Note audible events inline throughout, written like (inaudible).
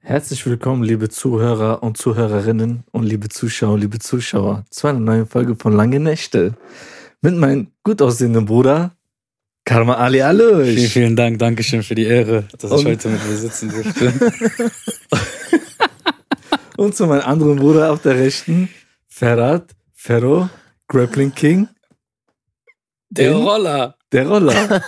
Herzlich willkommen, liebe Zuhörer und Zuhörerinnen und liebe Zuschauer und liebe Zuschauer, zu einer neuen Folge von Lange Nächte. Mit meinem gut aussehenden Bruder Karma Ali Vielen, Alösch. vielen Dank, Dankeschön für die Ehre, dass Und- ich heute mit dir sitzen durfte. Und zu meinem anderen Bruder auf der rechten, Ferhat, Ferro, Grappling King, Der Den? Roller! der Roller.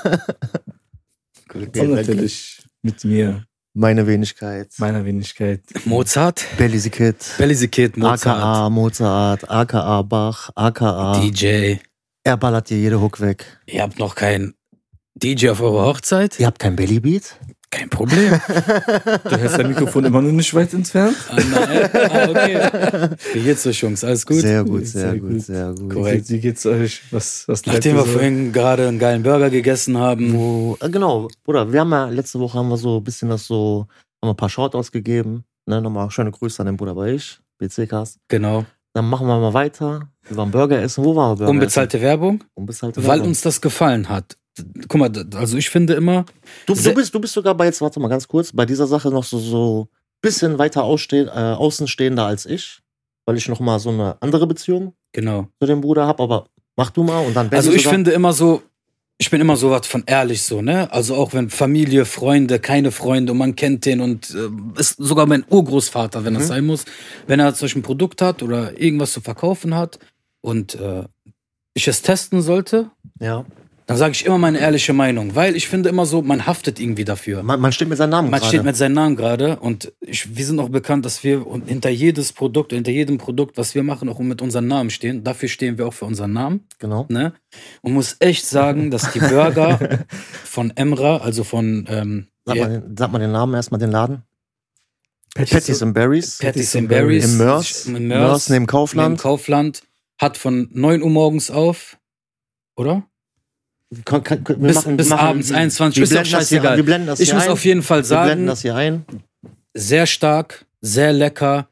Und danke. natürlich mit mir, Meine Wenigkeit. meiner Wenigkeit. Mozart? Belly the Kid. Belly the Kid, Mozart. AKA Mozart, AKA Bach, AKA. DJ. Er ballert dir jede Hook weg. Ihr habt noch kein DJ auf eurer Hochzeit? Ihr habt kein Bellybeat? Kein Problem. Du hältst dein Mikrofon immer noch nicht weit entfernt. ah, nein. ah, okay. Wie geht's euch, Jungs? Alles gut? Sehr gut, sehr, Sehr gut, gut. sehr gut. Wie, Korrekt. geht- wie geht's euch? Was, was treibt Nachdem ihr wir so? vorhin gerade einen geilen Burger gegessen haben, Wo, äh, genau, Bruder, wir haben ja letzte Woche haben wir so ein bisschen das so, haben wir ein paar Shoutouts gegeben. Ne, nochmal schöne Grüße an den Bruder bei ich, BCKs. genau. Dann machen wir mal weiter. Wir waren Burger essen. Wo waren wir Burger Unbezahlte Werbung, essen? Unbezahlte weil Werbung. uns das gefallen hat. Guck mal, d- also ich finde immer, Du, Se- du, bist, du bist sogar bei jetzt, warte mal ganz kurz, bei dieser Sache noch so, so bisschen weiter aussteh, äh, außenstehender als ich, weil ich noch mal so eine andere Beziehung genau. zu dem Bruder habe, aber mach du mal und dann Also Benny ich sogar- finde immer so, ich bin immer so was von ehrlich so, ne? Also auch wenn Familie, Freunde, keine Freunde und man kennt den und äh, ist sogar mein Urgroßvater, wenn das Mhm. sein muss, wenn er solch ein Produkt hat oder irgendwas zu verkaufen hat und äh, ich es testen sollte, Ja, dann sage ich immer meine ehrliche Meinung, weil ich finde immer so, man haftet irgendwie dafür. man, man steht mit seinem Namen Man steht Mhm, gerade. mit seinem Namen gerade und ich, wir sind auch bekannt, dass wir und hinter jedes Produkt, hinter jedem Produkt, was wir machen, auch mit unserem Namen stehen. Dafür stehen wir auch für unseren Namen Genau. ne? Und muss echt sagen, dass die Burger von Emra, also von ähm, Sag, ja, mal, den- sag mal den Namen erstmal, den Laden. Patties Patties and Berries. Patties and Berries Im Mörs. im Im Mörs neben neben Kaufland. Kaufland, hat von 9 Uhr morgens auf, oder? Kon- kon- wir Bis- bis abends 21, wir ist doch blenden das hier scheißegal. ein, Wir blenden das ich hier muss ein. auf jeden Fall wir blenden sagen, das hier ein. sehr stark, sehr lecker,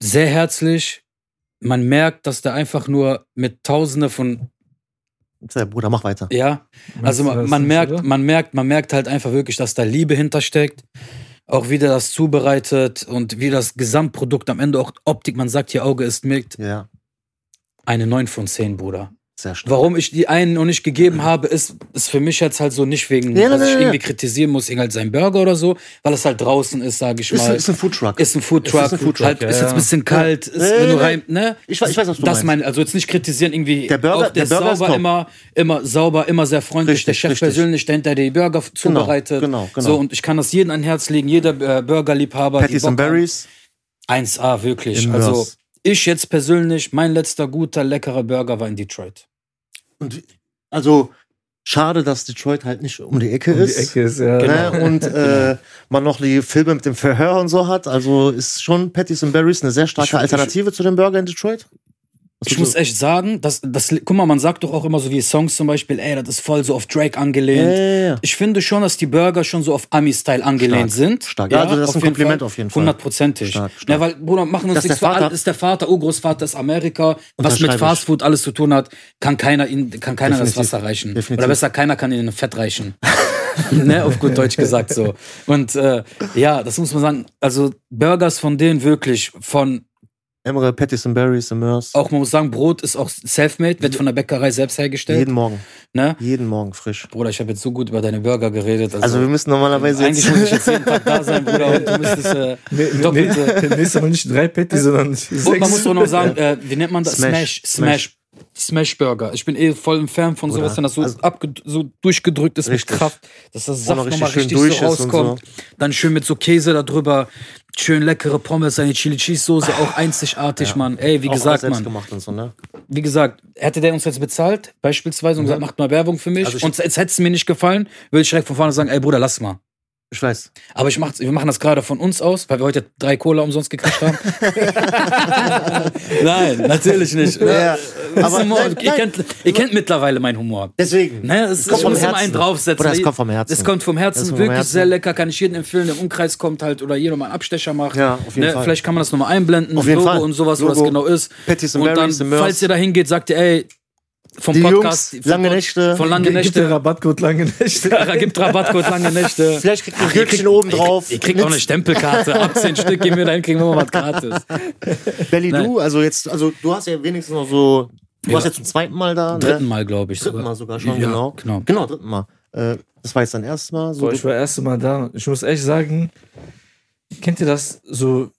sehr herzlich. Man merkt, dass der einfach nur mit Tausende von, Sehr, Bruder, mach weiter. ja, Also Meinst du man, das man nicht, merkt, oder? man merkt, man merkt halt einfach wirklich, dass da Liebe hintersteckt. Auch wie der das zubereitet und wie das Gesamtprodukt am Ende auch Optik, man sagt hier Auge ist mit Ja, eine 9 von 10, Bruder. sehr stark. Warum ich die einen noch nicht gegeben habe, ist, ist für mich jetzt halt so nicht wegen, Ja, dass ja, ich ja, irgendwie ja. kritisieren muss, irgend halt seinen Burger oder so, weil es halt draußen ist, sage ich Ist, mal. ist ein Foodtruck. Ist ein Foodtruck, Ist ein Foodtruck, halt, ja, ist jetzt ein ja. bisschen kalt, ist, Nee, wenn du nee, rein, ne? Ich weiß- ich weiß, was du das meinst. Meine, also jetzt nicht kritisieren irgendwie. Der Burger- auch der, der Burger ist sauber top. immer, immer sauber, immer sehr freundlich. Richtig, der Chef richtig. persönlich, der hinter die Burger zubereitet. genau, genau. So und ich kann das jedem an Herz legen, jeder äh, Burgerliebhaber. die Patties and Bock haben. Berries. 1A wirklich. Im Also Mörs. ich jetzt persönlich, mein letzter guter leckerer Burger war in Detroit. Und also schade, dass Detroit halt nicht um die Ecke um die ist. Ecke ist Genau. ja. Ne? (laughs) Und äh, man noch die Filme mit dem Verhör und so hat. Also ist schon Patties and Berries eine sehr starke Ich- ich- Alternative zu dem Burger in Detroit. Was Ich du- muss echt sagen, das, das, guck mal, man sagt doch auch immer so wie Songs zum Beispiel, ey, das ist voll so auf Drake ja, angelehnt. ja, ja. Ich finde schon, dass die Burger schon so auf Ami-Style angelehnt Stark, sind. stark. Also das ist ein jeden Kompliment Fall. auf jeden Fall. Hundertprozentig. Stark, stark. Na, weil, Bruder, machen uns Dass nichts der vor, Vater- Al- ist der Vater, Urgroßvater ist Amerika. Was mit Unterschreibe ich. Fastfood alles zu tun hat, kann keiner, ihn, kann keiner das Definitiv. Wasser reichen. Definitiv. Oder besser, keiner kann ihnen Fett reichen. (laughs) ne, auf gut Deutsch gesagt so. Und äh, ja, das muss man sagen. Also Burgers von denen wirklich, von Emre, Patties and Berries, im Mörs. auch man muss sagen, Brot ist auch selfmade, wird von der Bäckerei selbst hergestellt. Jeden Morgen. Ne? Jeden Morgen frisch. Bruder, ich habe jetzt so gut über deine Burger geredet. Also wir müssen normalerweise Eigentlich jetzt. muss ich jetzt jeden Tag da sein, Bruder, und du müsstest äh, Nee, (laughs) nee, doppelte. nee, nächstes Mal nicht drei Patties, sondern sechs. Und man muss auch noch sagen, äh, wie nennt man das? Smash. Smash. Smash. Smash Burger. Ich bin eh voll ein Fan von sowas, Bruder, wenn das so, also- abge so durchgedrückt ist mit Richtig. Kraft, dass das Wo Saft noch nochmal richtig, richtig schön so durch ist und rauskommt. Dann schön mit so Käse darüber, schön leckere Pommes, eine Chili Cheese Soße, auch einzigartig, Mann. Ey, wie auch gesagt, selbst Mann. gemacht und so, ne? Wie gesagt, hätte der uns jetzt bezahlt, beispielsweise, und gesagt, macht mal Werbung für mich, Mhm. Also ich- und jetzt hätte es mir nicht gefallen, würde ich direkt von vorne sagen, ey Bruder, lass mal. Ich weiß. Aber ich mach's, wir machen das gerade von uns aus, weil wir heute drei Cola umsonst gekriegt (laughs) haben. nein, natürlich nicht. ne? Ja, Das aber- ist Humor. nein, äh, ihr, nein. kennt, ihr kennt mittlerweile meinen Humor. Deswegen. Ne, es, Kommt ich vom muss immer Herzen. einen draufsetzen. Oder es kommt vom Herzen. Es kommt vom Herzen, Es kommt vom wirklich Herzen. sehr lecker. Kann ich jedem empfehlen, der im Umkreis kommt halt oder jeder mal einen Abstecher macht. Ne, Ja, auf jeden Fall. Vielleicht kann man das nochmal einblenden, Auf jeden Logo Fall. und sowas, wo das Logo, genau ist. Patties and und dann, Berries, the Mörs. falls ihr da hingeht, sagt ihr, ey, vom Die Podcast. Jungs, vom lange Pod- Nächte. Von lange Ge- Gibt der Nächte. Rabattcode lange Nächte. Ra- (laughs) Gibt Rabattcode lange Nächte. Vielleicht kriegt ihr ein Ach, ihr Gürkchen kriegt- oben ihr drauf. Kriegt, ihr kriegt auch eine (laughs) Stempelkarte. Ab 10 Stück gehen wir dahin, kriegen wir mal was gratis. Belly Nein. Du, also jetzt, also du hast ja wenigstens noch so, du Ja. warst jetzt zum zweiten Mal da, Dritten ne? Mal, glaube ich. Dritten Mal sogar schon, ja, genau. genau. Genau, dritten Mal. Äh, das war jetzt dein erstes Mal. So, Boah, ich war das erste Mal da. Ich muss echt sagen, kennt ihr das so,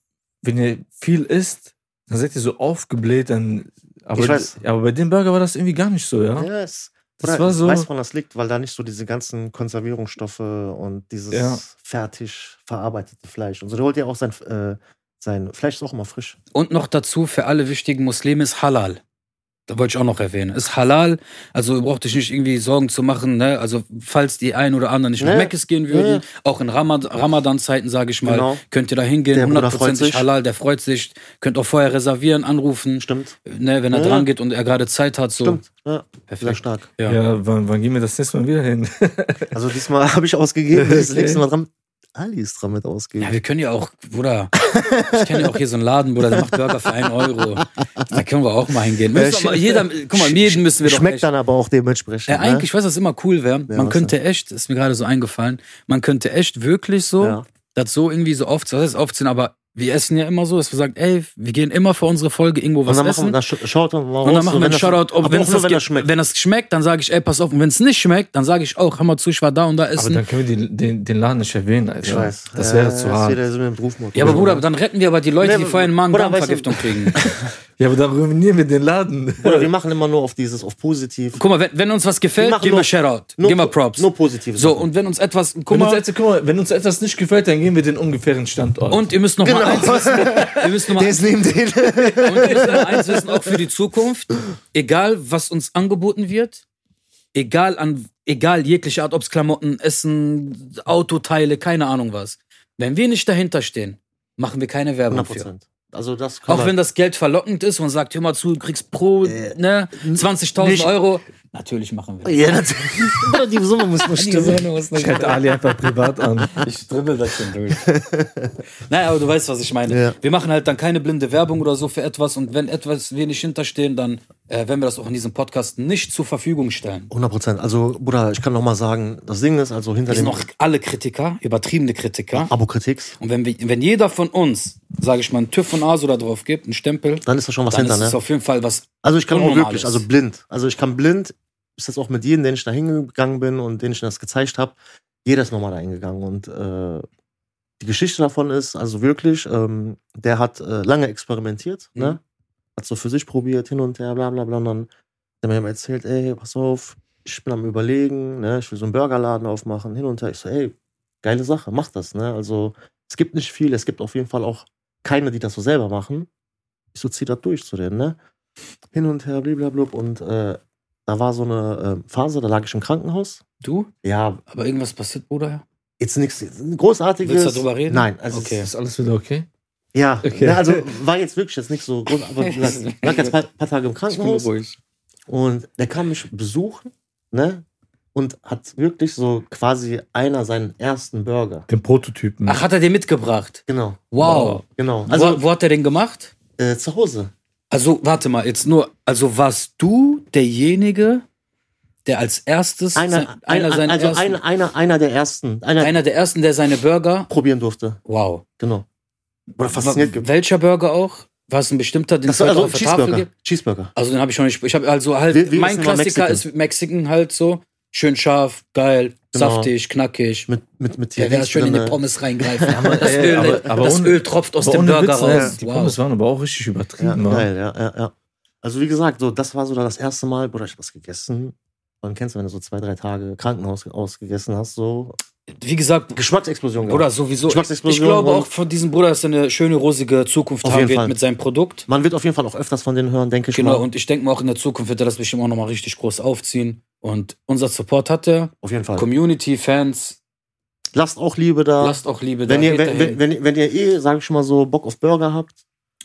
wenn ihr viel isst, dann seid ihr so aufgebläht, dann. Aber, Ich weiß. aber bei dem Burger war das irgendwie gar nicht so, ja? du, yes. Das Oder war so- Weißt du, woran das liegt? Weil da nicht so diese ganzen Konservierungsstoffe und dieses Ja. fertig verarbeitete Fleisch und so. Der wollte ja auch sein, äh, sein Fleisch ist auch immer frisch. Und noch dazu für alle wichtigen Muslime ist halal. Da wollte ich auch noch erwähnen. Ist halal, also ihr braucht euch nicht irgendwie Sorgen zu machen, ne? Also falls die einen oder anderen nicht nach Nee. Meckes gehen würden, Nee. auch in Ramad Ramadan-Zeiten, sage ich mal, Ne? Genau. könnt ihr da hingehen, Der Bruder freut hundertprozentig sich. halal, der freut sich, könnt auch vorher reservieren, anrufen, Stimmt. ne, wenn er Ja. dran geht und er gerade Zeit hat, so. Stimmt. Ja, sehr Perfekt. stark. Ja. Ja, wann, wann gehen wir das nächste Mal wieder hin? Also diesmal (laughs) habe (laughs) ich ausgegeben, das Okay. nächste Mal dran. Ali ist dran mit ausgeben. Ja, wir können ja auch, Bruder, ich kenne ja auch hier so einen Laden, Bruder, der macht Burger für einen Euro. Da können wir auch mal hingehen. Äh, Müssen wir mal, sch- jeder, guck mal, jeden müssen wir doch Schmeckt echt- dann aber auch dementsprechend. ne? Ja, eigentlich, weißt du, was immer cool wäre? Ja, man was könnte echt, ist mir gerade so eingefallen, man könnte echt wirklich so, ne? ja. das so irgendwie so oft, was heißt aufziehen, aber wir essen ja immer so, dass wir sagen, ey, wir gehen immer für unsere Folge irgendwo Und was dann machen essen. wir, dann sch- schaut man mal und raus, dann machen so, wir wenn einen das- Shoutout, ob aber wenn auch es nur, das, wenn das ge- schmeckt. wenn das schmeckt, dann sage ich, ey, pass auf, und wenn es nicht schmeckt, dann sage ich auch, hör mal zu, ich war da und da Aber essen. dann können wir den, den, den Laden nicht erwähnen, Alter. Ich weiß. Das Ja, wäre zu jetzt hart. wieder so mit dem Rufmodus. ja, aber Bruder, dann retten wir aber die Leute, die Nee, vorher einen Bruder, weißt du- Magen-Darm-Vergiftung kriegen. Ja, aber dann ruinieren wir den Laden. Bruder, wir machen immer nur auf dieses, (laughs) auf positiv. Guck mal, wenn, wenn uns was gefällt, machen geben wir nur- Shoutout, Nur, geben wir Props. Nur positive So, Sachen. und wenn uns etwas, guck Wenn uns, mal, etwas, guck mal, wenn uns etwas nicht gefällt, dann gehen wir den ungefähren Standort. und ihr müsst noch mal eins (laughs) wissen, ihr müsst noch mal Genau. Der ist neben den. Und wir müssen eins wissen, auch für die Zukunft, egal was uns angeboten wird, egal an, egal jegliche Art, ob es Klamotten, Essen, Autoteile, keine Ahnung was. Wenn wir nicht dahinter stehen, machen wir keine Werbung für. 100%. Also das kann Auch wenn das Geld verlockend ist und sagt, hör mal zu, du kriegst pro ne, 20.000 Äh, nicht- Euro. Natürlich machen wir das. (laughs) (laughs) Ja, natürlich. Bruder, die Summe muss nur Die stimmen. Sonne muss ich nicht- hätte Oh, Ali einfach privat (laughs) an. Ich dribbel das schon durch. (laughs) Naja, aber du weißt, was ich meine. Ja. Wir machen halt dann keine blinde Werbung oder so für etwas und wenn etwas wenig hinterstehen, dann äh, werden wir das auch in diesem Podcast nicht zur Verfügung stellen. 100%. Also, Bruder, ich kann noch mal sagen, das Ding ist also hinter Wir dem sind auch alle Kritiker, übertriebene Kritiker. Abo-Kritik, Und wenn, wir, wenn jeder von uns, sage ich mal, einen TÜV und ASO da drauf gibt, einen Stempel, dann ist da schon was dann hinter, ist es ne? auf jeden Fall was. Also ich kann auch Unnormales. wirklich, also blind. Also ich kann blind, ist das auch mit jedem, den ich da hingegangen bin und den ich das gezeigt habe, jeder ist nochmal da hingegangen. Und äh, die Geschichte davon ist, also wirklich, ähm, der hat äh, lange experimentiert, Mhm. ne? Hat so für sich probiert, hin und her, bla bla bla. Und dann hat er mir erzählt, ey, pass auf, ich bin am überlegen, ne? Ich will so einen Burgerladen aufmachen, hin und her. Ich so, ey, geile Sache, mach das, ne? Also es gibt nicht viel, es gibt auf jeden Fall auch keine, die das so selber machen. Ich so, zieh das durch zu denen, ne? Hin und her, blablabla. Und äh, da war so eine äh, Phase, da lag ich im Krankenhaus. Du? Ja, Aber irgendwas passiert, Bruder? jetzt nichts großartiges. Willst du darüber reden? Nein, also Okay. es- Ist alles wieder okay? ja, Okay. ne, also war jetzt wirklich jetzt nicht so groß, aber wie (laughs) gesagt, ich lag jetzt ein paar, paar Tage im Krankenhaus ruhig. und der kam mich besuchen, ne? Und hat wirklich so quasi einer seinen ersten Burger. Den Prototypen. Ach, hat er dir mitgebracht? Genau, Wow. genau. Also, Also wo, wo hat er den gemacht? äh, zu Hause. Also, warte mal, jetzt nur, also warst du derjenige, der als erstes sein- Einer, einer einer, seiner also ersten, einer, einer, einer der ersten, einer, einer der ersten, der seine Burger. probieren durfte. Wow. Genau. Oder Wa- Welcher Burger auch? War es ein bestimmter, den Das es war heute also auf der Tafel Cheeseburger. gibt? Cheeseburger. Also den habe ich noch nicht. Ich habe also halt Wir- wir mein wissen immer Klassiker Mexican. ist Mexican halt so schön scharf, geil, Genau. saftig, knackig. Mit, mit, mit äh, Der wäre Dings schön in die drinne. Pommes reingreifen. (laughs) das ey, Öl, aber- aber das ohne- Öl tropft aus Aber dem ohne Burger Witz, ne? raus. Die Pommes wow. waren aber auch richtig Ja, übertrieben. ne? Mann. geil, ja, ja, ja. Also wie gesagt, so, das war so das erste Mal, Bruder, ich hab was gegessen. Man kennst du, wenn du so zwei, drei Tage Krankenhaus ausgegessen hast, so Wie gesagt, Geschmacksexplosion. gehabt. Bruder, sowieso. Ich, Geschmacksexplosion ich glaube und- auch von diesem Bruder, dass er eine schöne, rosige Zukunft Auf haben jeden wird Fall. mit seinem Produkt. Man wird auf jeden Fall auch öfters von denen hören, denke ich Genau, mal. und ich denke mal auch in der Zukunft wird er das bestimmt auch nochmal richtig groß aufziehen. Und unser Support hat er. auf jeden Fall. Community, Fans, Lasst auch Liebe da. lasst auch Liebe wenn, da. ihr, geht wenn, wenn, dahin. wenn, ihr- wenn ihr eh, sag ich mal so, Bock auf Burger habt.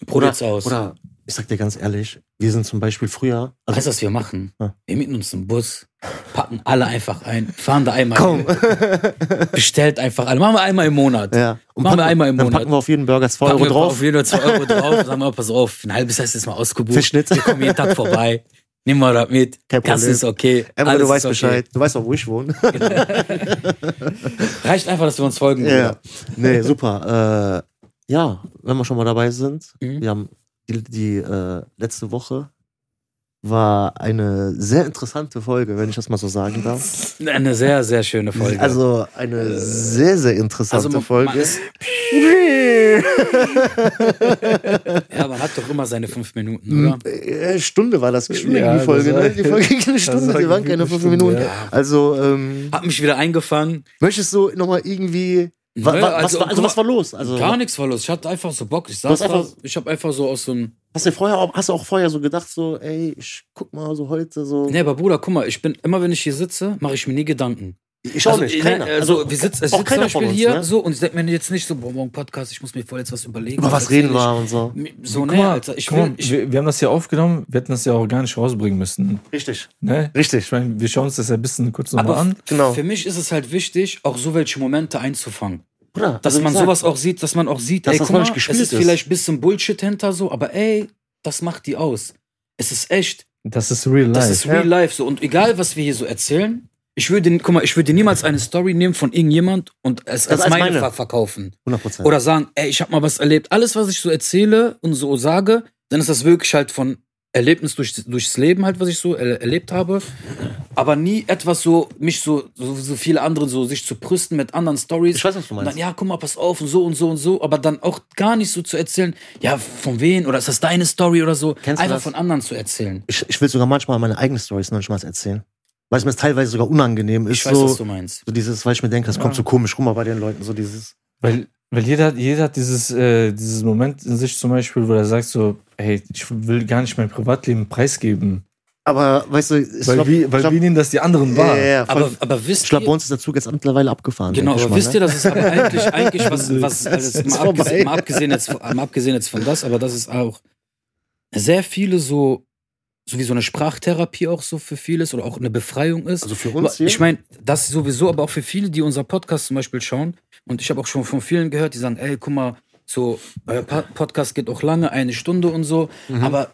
Probiert's aus. Oder, ich sag dir ganz ehrlich, wir sind zum Beispiel früher. (laughs) also weißt du, was wir machen? Ja. Wir mieten uns einen Bus, packen alle einfach ein, fahren da einmal komm. hin, bestellt einfach alle. Machen wir einmal im Monat. ja. Und Machen wir packen- einmal im Dann Monat. packen wir auf jeden Burger 2 Packen Euro wir drauf. Auf jeden Fall 2 Euro drauf. Sagen wir, pass auf, ein halbes Jahr ist jetzt mal ausgebucht. Fischschnitz. Wir kommen jeden Tag vorbei. Nimm mal das mit. Kein Das Problem. ist okay. (laughs) Emre, Alles du ist weißt okay. Bescheid. Du weißt auch, wo ich wohne. Reicht einfach, dass wir uns folgen. ja. Nee, super. Äh, ja, wenn wir schon mal dabei sind. Mhm. Wir haben die, die äh, letzte Woche war eine sehr interessante Folge, wenn ich das mal so sagen darf. Bruder. Eine sehr, sehr schöne Folge. Also eine sehr, sehr interessante Also man- Folge. man ist- ja, man hat doch immer seine fünf Minuten, oder? Äh, Stunde war das Stunde Ja, die Folge, das war- ne? Die Folge ging eine Stunde, war die waren keine gefühlt fünf eine Stunde, Minuten. ja. Also, ähm, Hat mich wieder eingefangen. möchtest du nochmal irgendwie. Wa, Nö, wa, was, war, also guck mal, was war los? Also, Gar nichts war los. Ich hatte einfach so Bock. Ich hast saß da. einfach- Ich habe einfach so aus so einem. Hast du vorher auch, hast du auch vorher so gedacht, so, ey, ich guck mal so heute so. Nee, aber Bruder, guck mal, ich bin immer, wenn ich hier sitze, mache ich mir nie Gedanken. ich auch nicht, keiner. Also, wir sitzen, es sitzt auch zum keiner von Beispiel uns, hier ne? so und ich denke mir jetzt nicht so, boah, morgen Podcast, ich muss mir voll jetzt was überlegen. über was reden erzähl wir und so. ich? So, Guck ne, mal, Alter, ich guck will. mal, Ich, wir, wir haben das ja aufgenommen, wir hätten das ja auch gar nicht rausbringen müssen. Richtig, Ne? Ich richtig. meine, wir schauen uns das ja ein bisschen kurz nochmal aber an. Genau. für mich ist es halt wichtig, auch so welche Momente einzufangen. Bruder, Dass also wie man gesagt, sowas auch sieht, dass man auch sieht, Dass ey, das guck mal, noch nicht es gespielt ist ist. vielleicht ein bisschen Bullshit hinter so, aber ey, das macht die aus. Es ist echt. Das ist real Das life. ist real life so. Und egal, was wir hier so erzählen, ich würde, guck mal, ich würde niemals eine Story nehmen von irgendjemand und es Das als als meine, meine. ver- verkaufen. 100 Prozent. Oder sagen, ey, ich habe mal was erlebt. Alles, was ich so erzähle und so sage, dann ist das wirklich halt von Erlebnis durch, durchs Leben halt, was ich so er, erlebt habe. Aber nie etwas so, mich so, so, so viele andere so, sich zu brüsten mit anderen Stories. Ich weiß, was du Und meinst. dann, ja, guck mal, pass auf und so und so und so, aber dann auch gar nicht so zu erzählen, ja, von wem oder ist das deine Story oder so. Kennst du Einfach das? von anderen zu erzählen. Ich, ich will sogar manchmal meine eigenen Stories manchmal erzählen. Weil es mir teilweise sogar unangenehm ist. Ich weiß, so, was du meinst. so dieses, weil ich mir denke, das kommt so komisch rum bei den Leuten, so dieses. Weil, weil jeder, hat- jeder hat dieses, äh, dieses Moment in sich zum Beispiel, wo er sagt so, hey, ich will gar nicht mein Privatleben preisgeben. Aber weißt du, ich Weil, glaub- wie, weil ich glaub- wie nehmen das die anderen ja, wahr? ja, ja, Aber, voll. aber wisst ich glaube, bei ihr, uns ist der Zug jetzt mittlerweile abgefahren. genau, denke ich aber mal, wisst ne? ihr, das ist aber eigentlich, eigentlich (laughs) was, was Ist alles, mal, vorbei. abgesehen, mal, abgesehen jetzt, mal abgesehen jetzt von das, aber das ist auch sehr viele so, so wie so eine Sprachtherapie auch so für vieles oder auch eine Befreiung ist. Also für Aber uns hier. Ich meine, das sowieso, aber auch für viele, die unser Podcast zum Beispiel schauen. Und ich habe auch schon von vielen gehört, die sagen, ey, guck mal, so, euer Pa- Podcast geht auch lange, eine Stunde und so. Mhm. Aber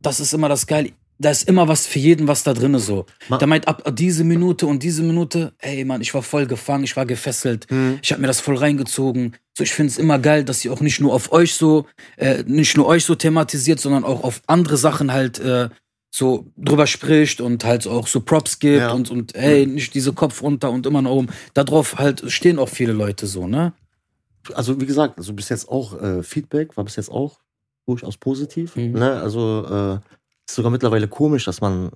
das ist immer das Geile. Da ist immer was für jeden, was da drin ist so. Ma- Der meint, ab äh, diese Minute und diese Minute, ey Mann, ich war voll gefangen, ich war gefesselt. Mhm. Ich habe mir das voll reingezogen. So, ich finde es immer geil, dass ihr auch nicht nur auf euch so, äh, nicht nur euch so thematisiert, sondern auch auf andere Sachen halt äh, so drüber spricht und halt auch so Props gibt Ja. Hm. und, und ey, nicht diese Kopf runter und immer nach oben. Darauf halt stehen auch viele Leute so, ne? also wie gesagt, also bis jetzt auch äh, Feedback war bis jetzt auch durchaus positiv. Mhm. Ne? Also äh, ist sogar mittlerweile komisch, dass man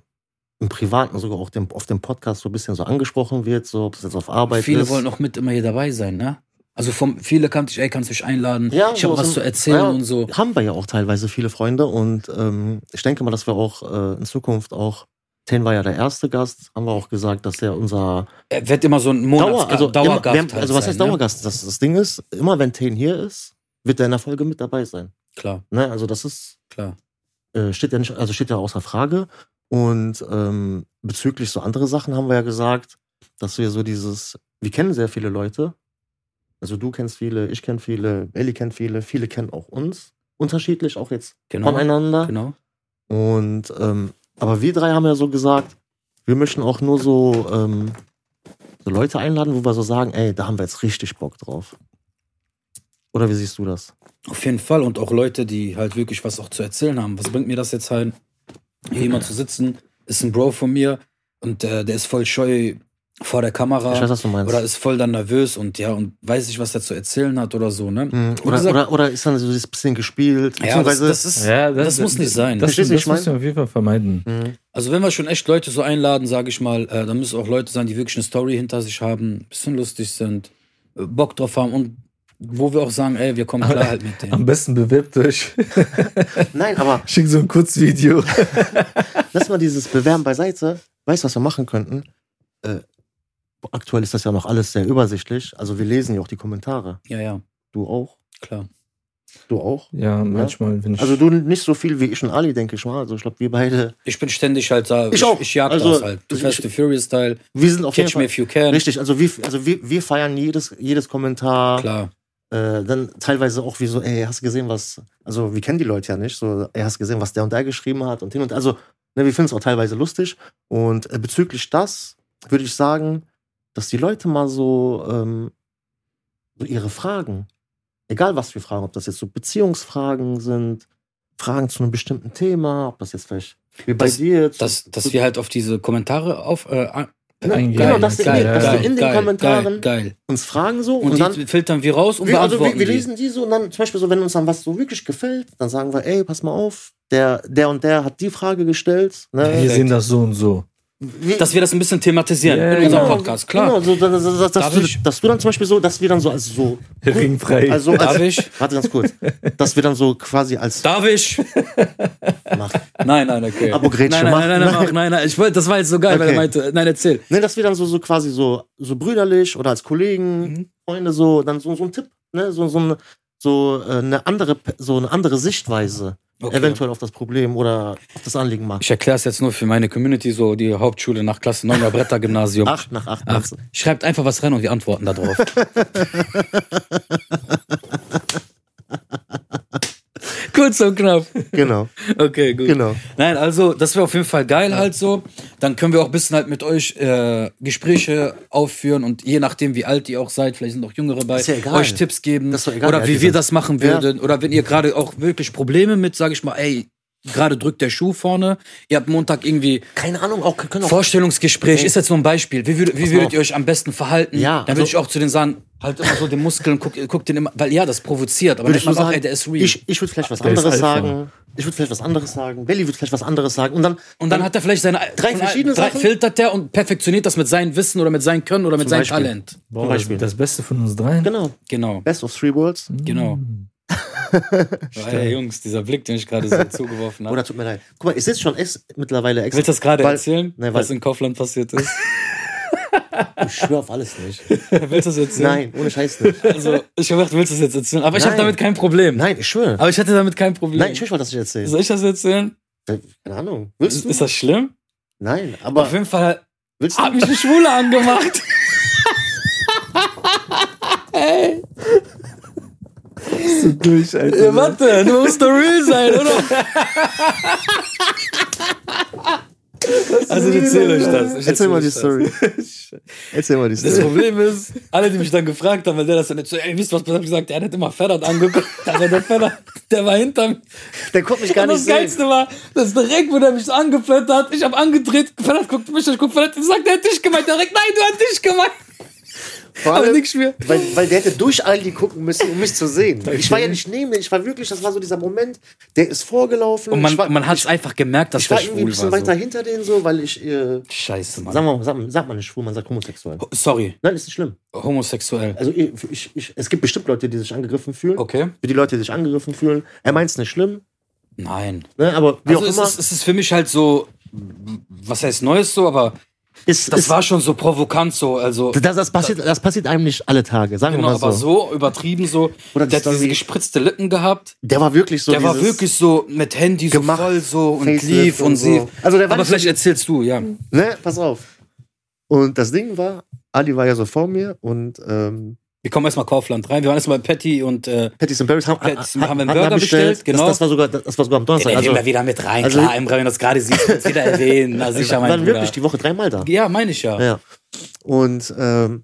im Privaten sogar auch dem, auf dem Podcast so ein bisschen so angesprochen wird, so ob es jetzt auf Arbeit viele ist. wollen auch mit immer hier dabei sein, ne? Also vom, viele kannte ich, ey, kannst mich einladen. Ja, ich habe sowas was im- zu erzählen ja. und so. haben wir ja auch teilweise viele Freunde und ähm, ich denke mal, dass wir auch äh, in Zukunft auch Ten war ja der erste Gast, haben wir auch gesagt, dass er unser Er wird immer so ein Monats Dauer, also, Dauergast immer, wir haben, halt also was sein, heißt Ne? Dauergast? Das, das Ding ist, immer wenn Ten hier ist, wird er in der Folge mit dabei sein. Klar, Ne? Also das ist klar. äh, steht ja nicht, also steht ja außer Frage. Und ähm, bezüglich so andere Sachen haben wir ja gesagt, dass wir so dieses, wir kennen sehr viele Leute. Also du kennst viele, ich kenne viele, Ellie kennt viele, viele kennen auch uns. Unterschiedlich auch jetzt Genau. voneinander. Genau. Und ähm, aber wir drei haben ja so gesagt, wir möchten auch nur so, ähm, so Leute einladen, wo wir so sagen, ey, da haben wir jetzt richtig Bock drauf. Oder wie siehst du das? Auf jeden Fall. Und auch Leute, die halt wirklich was auch zu erzählen haben. Was bringt mir das jetzt halt, hier jemand zu sitzen? Ist ein Bro von mir und äh, der ist voll scheu vor der Kamera Ich weiß, was du meinst. Äh, oder ist voll dann nervös und ja, und weiß nicht, was er zu erzählen hat oder so, ne? Mhm. Wie Oder, gesagt- oder, oder ist dann so dieses bisschen gespielt? ja, das, beziehungsweise- das ist. Ja, das muss nicht sein. Das, das, Verstehst du, ich müssen mein? wir auf jeden Fall vermeiden. Mhm. Also wenn wir schon echt Leute so einladen, sage ich mal, äh, dann müssen auch Leute sein, die wirklich eine Story hinter sich haben, ein bisschen lustig sind, äh, Bock drauf haben und wo wir auch sagen, ey, wir kommen klar halt mit denen. Am besten bewerbt euch. (laughs) Nein, aber Schickt so ein Kurzvideo. lass mal dieses Bewerben beiseite. Weißt du, was wir machen könnten? Äh, aktuell ist das ja noch alles sehr übersichtlich. Also wir lesen ja auch die Kommentare. Ja, ja, Du auch? klar. Du auch? Ja, manchmal, wenn ich. Also du nicht so viel wie ich und Ali, denke ich mal. Also ich glaube, wir beide, Ich bin ständig halt da. Ich auch. Ich jag Also, das halt. Du ich- Fast and Furious Style. wir sind auf Catch me jeden if you Fall. can. Richtig, also wir, also wir, wir feiern jedes, jedes Kommentar. Klar. Äh, dann teilweise auch wie so, ey, hast du gesehen, was, also wir kennen die Leute ja nicht, so, ey, hast du gesehen, was der und der geschrieben hat und hin und Also Ne, wir finden es auch teilweise lustig. Und äh, bezüglich das würde ich sagen, dass die Leute mal so, ähm, so ihre Fragen, egal was wir fragen, ob das jetzt so Beziehungsfragen sind, Fragen zu einem bestimmten Thema, ob das jetzt vielleicht wie bei Das- dir jetzt. Dass, dass wir halt auf diese Kommentare auf. Äh, an- ne, Eingehen. genau, dass, wir Geil, in, dass geil, wir in den Geil, Kommentaren geil. uns Fragen so und, Und, dann die filtern wir raus und wir, also beantworten wir, wir die. lesen die so und dann zum Beispiel so, wenn uns dann was so wirklich gefällt, dann sagen wir, ey, pass mal auf, der, der und der hat die Frage gestellt. Ne? Wir sehen das so und so. Wir- Dass wir das ein bisschen thematisieren Ja, in unserem genau. Podcast, klar. Genau, so, dass, dass, dass, Darf du, ich? dass du dann zum Beispiel so, dass wir dann so als (laughs) so, Ringfrei. also Darf als, ich? warte ganz kurz, dass wir dann so quasi als Darf ich? mach, Nein, nein, okay. Abo nein, Gretchen, nein, mach. nein, nein, nein, nein, nein, nein. Ich wollte, das war jetzt so geil, weil er Okay. meinte, nein, erzähl. ne, dass wir dann so, so quasi so, so brüderlich oder als Kollegen, Mhm. Freunde so, dann so, so ein Tipp, ne, so, so, ein, so äh, eine andere, Pe- so eine andere Sichtweise Okay. eventuell auf das Problem oder auf das Anliegen mag. Ich erkläre es jetzt nur für meine Community, so die Hauptschule nach Klasse 9, Bretter-Gymnasium. Acht nach acht. Ach, schreibt einfach was rein und wir antworten (laughs) darauf. Kurz und knapp. Genau, Okay, gut. genau. Nein, also das wäre auf jeden Fall geil halt so. Dann können wir auch ein bisschen halt mit euch äh, Gespräche aufführen und je nachdem, wie alt ihr auch seid, vielleicht sind auch Jüngere bei, Ist ja egal. euch Tipps geben Das ist doch egal, wie oder alt wie ihr wir seid. das machen Ja. würden oder wenn ihr gerade auch wirklich Probleme mit, sage ich mal, ey, gerade drückt der Schuh vorne, ihr habt Montag irgendwie Keine Ahnung, auch können auch Vorstellungsgespräch Nee. ist jetzt nur ein Beispiel. Wie, würdet- wie mal würdet auf. ihr euch am besten verhalten? Ja, Dann würde also- ich auch zu den sagen, halt immer so den Muskeln, guckt guck den immer, weil ja, das provoziert, aber dann Würde ich man nur auch, sagen, ey, der ist real. Ich, ich würde vielleicht was Der ist anderes Alpha. sagen. Ich würde vielleicht was anderes sagen. Belly würde vielleicht was anderes sagen. Und dann, und dann hat er vielleicht seine Drei verschiedene Sachen? filtert er und perfektioniert das mit seinem Wissen oder mit seinem Können oder mit seinem Beispiel. Talent. Boah, Zum das, Beispiel. das Beste von uns dreien. genau, Genau, Best of Three Worlds. (laughs) genau. Ey, Jungs, dieser Blick, den ich gerade so zugeworfen habe. Oder Oh, tut mir leid. Guck mal, es ist schon echt mittlerweile extra. Willst du das gerade weil- erzählen, Nein, was weil in Kaufland passiert ist? (laughs) ich schwöre auf alles nicht. willst du das erzählen? Nein, ohne Scheiß nicht. Also, ich habe gedacht, willst du das jetzt erzählen? Aber ich habe Nein. damit kein Problem. Nein, ich schwöre. Aber ich hatte damit kein Problem. Nein, ich schwöre, dass ich erzähle. Soll ich das erzählen? Keine Ahnung. Willst Ist, du? ist das schlimm? Nein, aber Auf jeden Fall willst hat du? mich eine Schwule angemacht. Durch, Alter. (laughs) Ja, warte, du musst doch real sein, oder? also ich erzähle euch das. Ich Erzähl mal die euch das. Story. (laughs) (laughs) Erzähl mal die Das Story. Problem ist, alle, die mich dann gefragt haben, weil der das dann jetzt so, ey, wisst ihr was, ich hab gesagt, der hat immer Ferrat angeguckt, (laughs) aber der Ferrat, der war hinter mir. Der konnte mich gar Und nicht das sehen. Geilste war, dass direkt, wo der mich so angeflattert hat, ich hab angedreht, Ferrat guckt mich, ich guck Ferrat, ich sag, der hat dich gemeint, direkt, nein, du hast dich gemeint. Vor Aber allem, nix mehr. weil, weil der hätte durch all die gucken müssen, um mich (laughs) zu sehen. Ich war ja nicht neben mir. Ich war wirklich, das war so dieser Moment, der ist vorgelaufen. Und man, ich war, man hat es einfach gemerkt, dass ich der war irgendwie ein schwul bisschen war. weiter So. hinter denen so, weil ich, äh, Scheiße, Mann. sagen wir mal, sagt, sagt man nicht schwul, man sagt homosexuell. Sorry, Nein, ist nicht schlimm. homosexuell. Also ich, ich, ich, es gibt bestimmt Leute, die sich angegriffen fühlen. Okay. Für die Leute, die sich angegriffen fühlen. Er meint es nicht schlimm, Nein. ne? aber wie also auch es, immer. Ist, es ist für mich halt so, was heißt Neues so, aber ist, das ist, war schon so provokant so, also das, das, passiert, das passiert einem nicht alle Tage, sagen genau, wir mal aber so. so übertrieben so. Oder die der hat diese Story. gespritzte Lippen gehabt. Der war wirklich so. der war dieses- wirklich so mit Handy so Gemacht, voll so und Facelift lief und, und sie. so. Also der war aber nicht- vielleicht erzählst du, ja. Ne, pass auf. Und das Ding war, Ali war ja so vor mir und ähm, Wir kommen erstmal Kaufland rein. Wir waren erstmal Patty und äh, Patties und Barrys haben, Patties ha- ha- haben einen hatten Burger bestellt, genau. Das, das, war sogar, das, das war sogar am ja, Donnerstag. den Also, nehmen wir wieder mit rein. also- Klar, Emre, wenn du das gerade siehst, kannst du wieder erwähnen. Na sicher, wir mein (laughs) waren Bruder. wirklich die Woche dreimal da. ja, meine ich ja. Ja. Und ähm,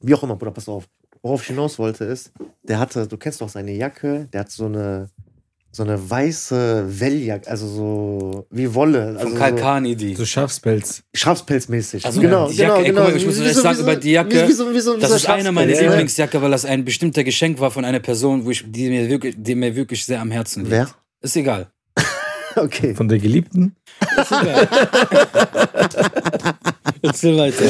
wie auch immer, Bruder, pass auf. Worauf ich hinaus wollte ist, der hatte, du kennst doch seine Jacke, der hat so eine so eine weiße Welljacke, also so wie Wolle, also Von so Kalkani die. So Schafspelz. Schafspelzmäßig. Genau, Also, ja, die Jacke, ey, guck mal, ich muss Wie euch so- sagen wie so- über die Jacke, wie- wie so- wie so- wie Das so ist einer meiner Schafspelz, ne? Lieblingsjacke, weil das ein bestimmter Geschenk war von einer Person, wo ich, die, mir wirklich, die mir wirklich sehr am Herzen liegt. Wer? (laughs) Ist (laughs) egal. Okay. Von der Geliebten. Ist (laughs) egal. Erzähl weiter.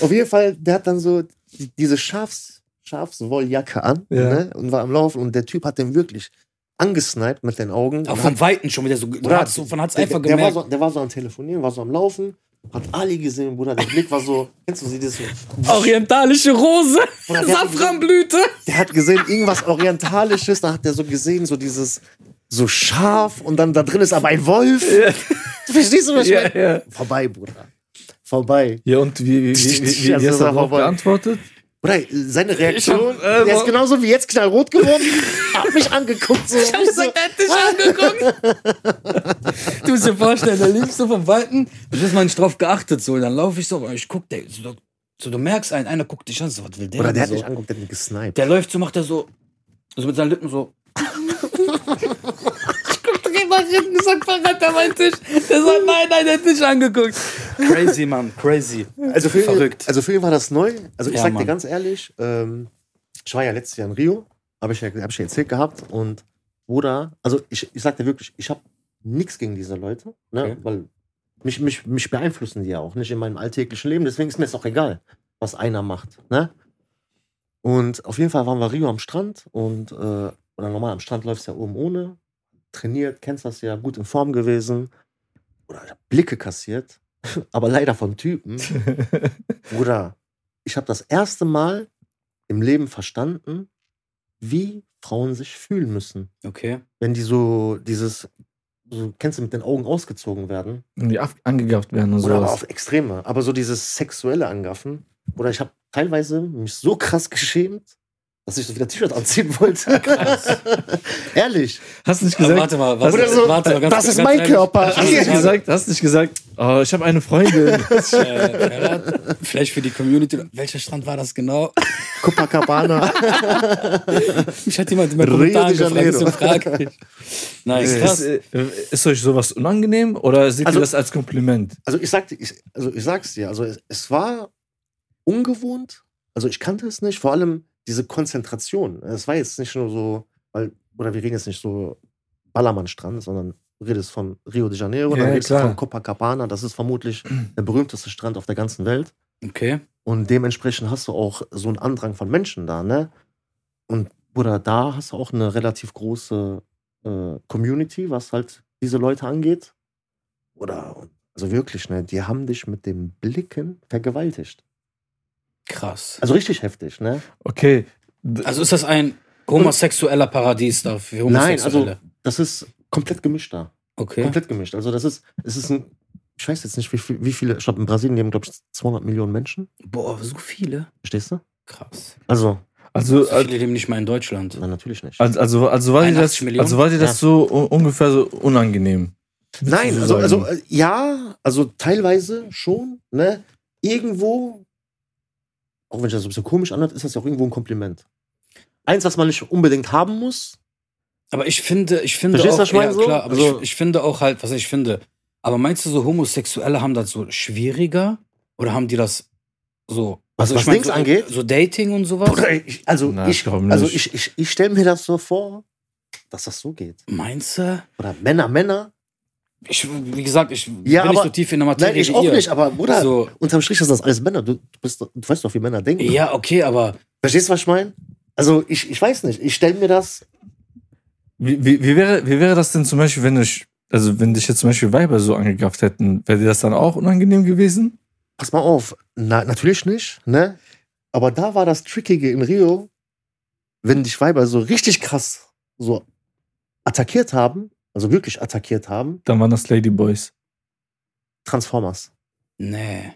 Auf jeden Fall, der hat dann so die- diese Schafs, Schafswolljacke an Ja. ne, und war am Laufen und der Typ hat den wirklich angesniped mit den Augen. Auch Und vom Weiten schon wieder so. Man Bruder, hat's, so- man hat's der, einfach der, war gemerkt. so, der war so am Telefonieren, war so am Laufen, hat Ali gesehen, Bruder, der Blick war so, kennst du sie, das so, Orientalische Rose, Oder der- Safranblüte. der hat gesehen, irgendwas Orientalisches, da hat der so gesehen, so dieses, so Schaf und dann da drin ist aber ein Wolf. Verstehst du, was ich Ja, meine? ja. Vorbei, Bruder. Vorbei. Ja, und wie, wie, wie, wie, wie Also, hast du sag mal, darauf voll. (laughs) geantwortet? Oder äh, seine Reaktion, Ich hab, äh, der wo- ist genauso wie jetzt (laughs) knallrot geworden, hat mich angeguckt. (laughs) So. Ich hab gesagt, er hat dich angeguckt. (laughs) du musst dir vorstellen, da liefst du vom Weiten, du hast mal nicht drauf geachtet, so, dann laufe ich so, aber ich guck, der, so, so, du merkst einen, einer guckt dich an, so, was will der? Oder der hat so. mich angeguckt, der hat mich gesniped. der läuft so, macht er so, so mit seinen Lippen so. ich guck direkt nach hinten, sag, verrat er meinen Tisch. Der sagt, nein, nein, der hat dich angeguckt. Crazy, Mann, crazy. Also für, Verrückt. Ihn, also für ihn war das neu. Also ich Ja, sag dir Mann. ganz ehrlich, ähm, ich war ja letztes Jahr in Rio, habe ich, ja, hab ich ja erzählt gehabt. Und Bruder, also ich, ich sag dir wirklich, ich habe nichts gegen diese Leute, ne? Okay. weil mich, mich, mich beeinflussen die ja auch nicht in meinem alltäglichen Leben. Deswegen ist mir es auch egal, was einer macht. Ne? Und auf jeden Fall waren wir Rio am Strand und äh, oder normal am Strand läufst du ja oben ohne, trainiert, kennst das ja, gut in Form gewesen. Oder ich hab Blicke kassiert, (laughs) aber leider von Typen, Bruder, ich habe das erste Mal im Leben verstanden, wie Frauen sich fühlen müssen. Okay. Wenn die so dieses, so, kennst du, mit den Augen ausgezogen werden. Und die ab- angegafft werden und Oder aber auf sowas. Extreme. Aber so dieses sexuelle Angaffen. Oder ich habe teilweise mich so krass geschämt, dass ich so wieder T-Shirt anziehen (laughs) wollte. Ehrlich. Hast du nicht Aber gesagt, warte mal, Also, warte, Oder so, warte mal, ganz, das ist ganz mein ehrlich. Also, Körper. hast (laughs) du nicht gesagt, hast du nicht gesagt, oh, ich habe eine Freundin. Äh, Ferhat, Vielleicht für die Community. Welcher Strand war das genau? Copacabana. Mich hat jemand in meinen Rio Kommentaren de gefragt, Janeiro. deswegen frag ich. Nice, ist, krass. äh, ist euch sowas unangenehm oder seht Also- ihr das als Kompliment? Also ich sagte, ich, also ich sag's dir, also es, es war ungewohnt. Also ich kannte es nicht, vor allem diese Konzentration. Es war jetzt nicht nur so, weil, oder wir reden jetzt nicht so Ballermannstrand, sondern du redest von Rio de Janeiro, Ja, dann redest du klar. von Copacabana. Das ist vermutlich der berühmteste Strand auf der ganzen Welt. Okay. Und dementsprechend hast du auch so einen Andrang von Menschen da, ne? Und Bruder, da hast du auch eine relativ große äh, Community, was halt diese Leute angeht. Oder, also wirklich, ne? Die haben dich mit den Blicken vergewaltigt. Krass. Also richtig heftig, ne? Okay. D- Also ist das ein homosexueller Paradies da für Nein, Homosexuelle? also das ist komplett gemischt da. okay. Komplett gemischt. Also das ist, es ist ein, ich weiß jetzt nicht, wie, viel, wie viele, ich glaube, in Brasilien leben, glaube ich, 200 Millionen Menschen. Boah, so viele? Verstehst du? Krass. Also, also, So also, viele leben nicht mal in Deutschland. na, natürlich nicht. also, also, also war dir das, 81 Millionen? also war dir das Ja. so un- ungefähr so unangenehm? Nein, zu also, sagen. also äh, ja, also teilweise schon, ne? Irgendwo, auch wenn ich das so ein bisschen komisch anhört, ist das ja auch irgendwo ein Kompliment. Eins, was man nicht unbedingt haben muss. Aber ich finde, ich finde Verstehst auch, du, was ich meine ja, so? klar, aber Also- ich, ich finde auch halt, was ich finde. Aber meinst du, so Homosexuelle haben das so schwieriger? Oder haben die das so? also Was- was ich mein, Dings so, angeht? So Dating und sowas? Oder ich, also, Na, ich, glaub nicht. also ich, ich, ich stelle mir das so vor, dass das so geht. Meinst du? Oder Männer, Männer. Ich, wie gesagt, ich Ja, bin nicht aber- so tief in der Materie. Nein, ich wie auch ihr. nicht, aber Bruder, So. unterm Strich ist das alles Männer. Du, du, bist, doch- du weißt doch, wie Männer denken. Ja, okay, aber Verstehst du, was ich meine? Also, ich, ich weiß nicht. Ich stelle mir das. Wie, wie, wie, wäre, wie wäre das denn zum Beispiel, wenn ich, also wenn dich jetzt zum Beispiel Weiber so angegafft hätten, wäre dir das dann auch unangenehm gewesen? Pass mal auf. Na, natürlich nicht, ne? Aber da war das Trickige in Rio, wenn dich Weiber so richtig krass so attackiert haben, also wirklich attackiert haben, Dann waren das Ladyboys. Transformers. nee.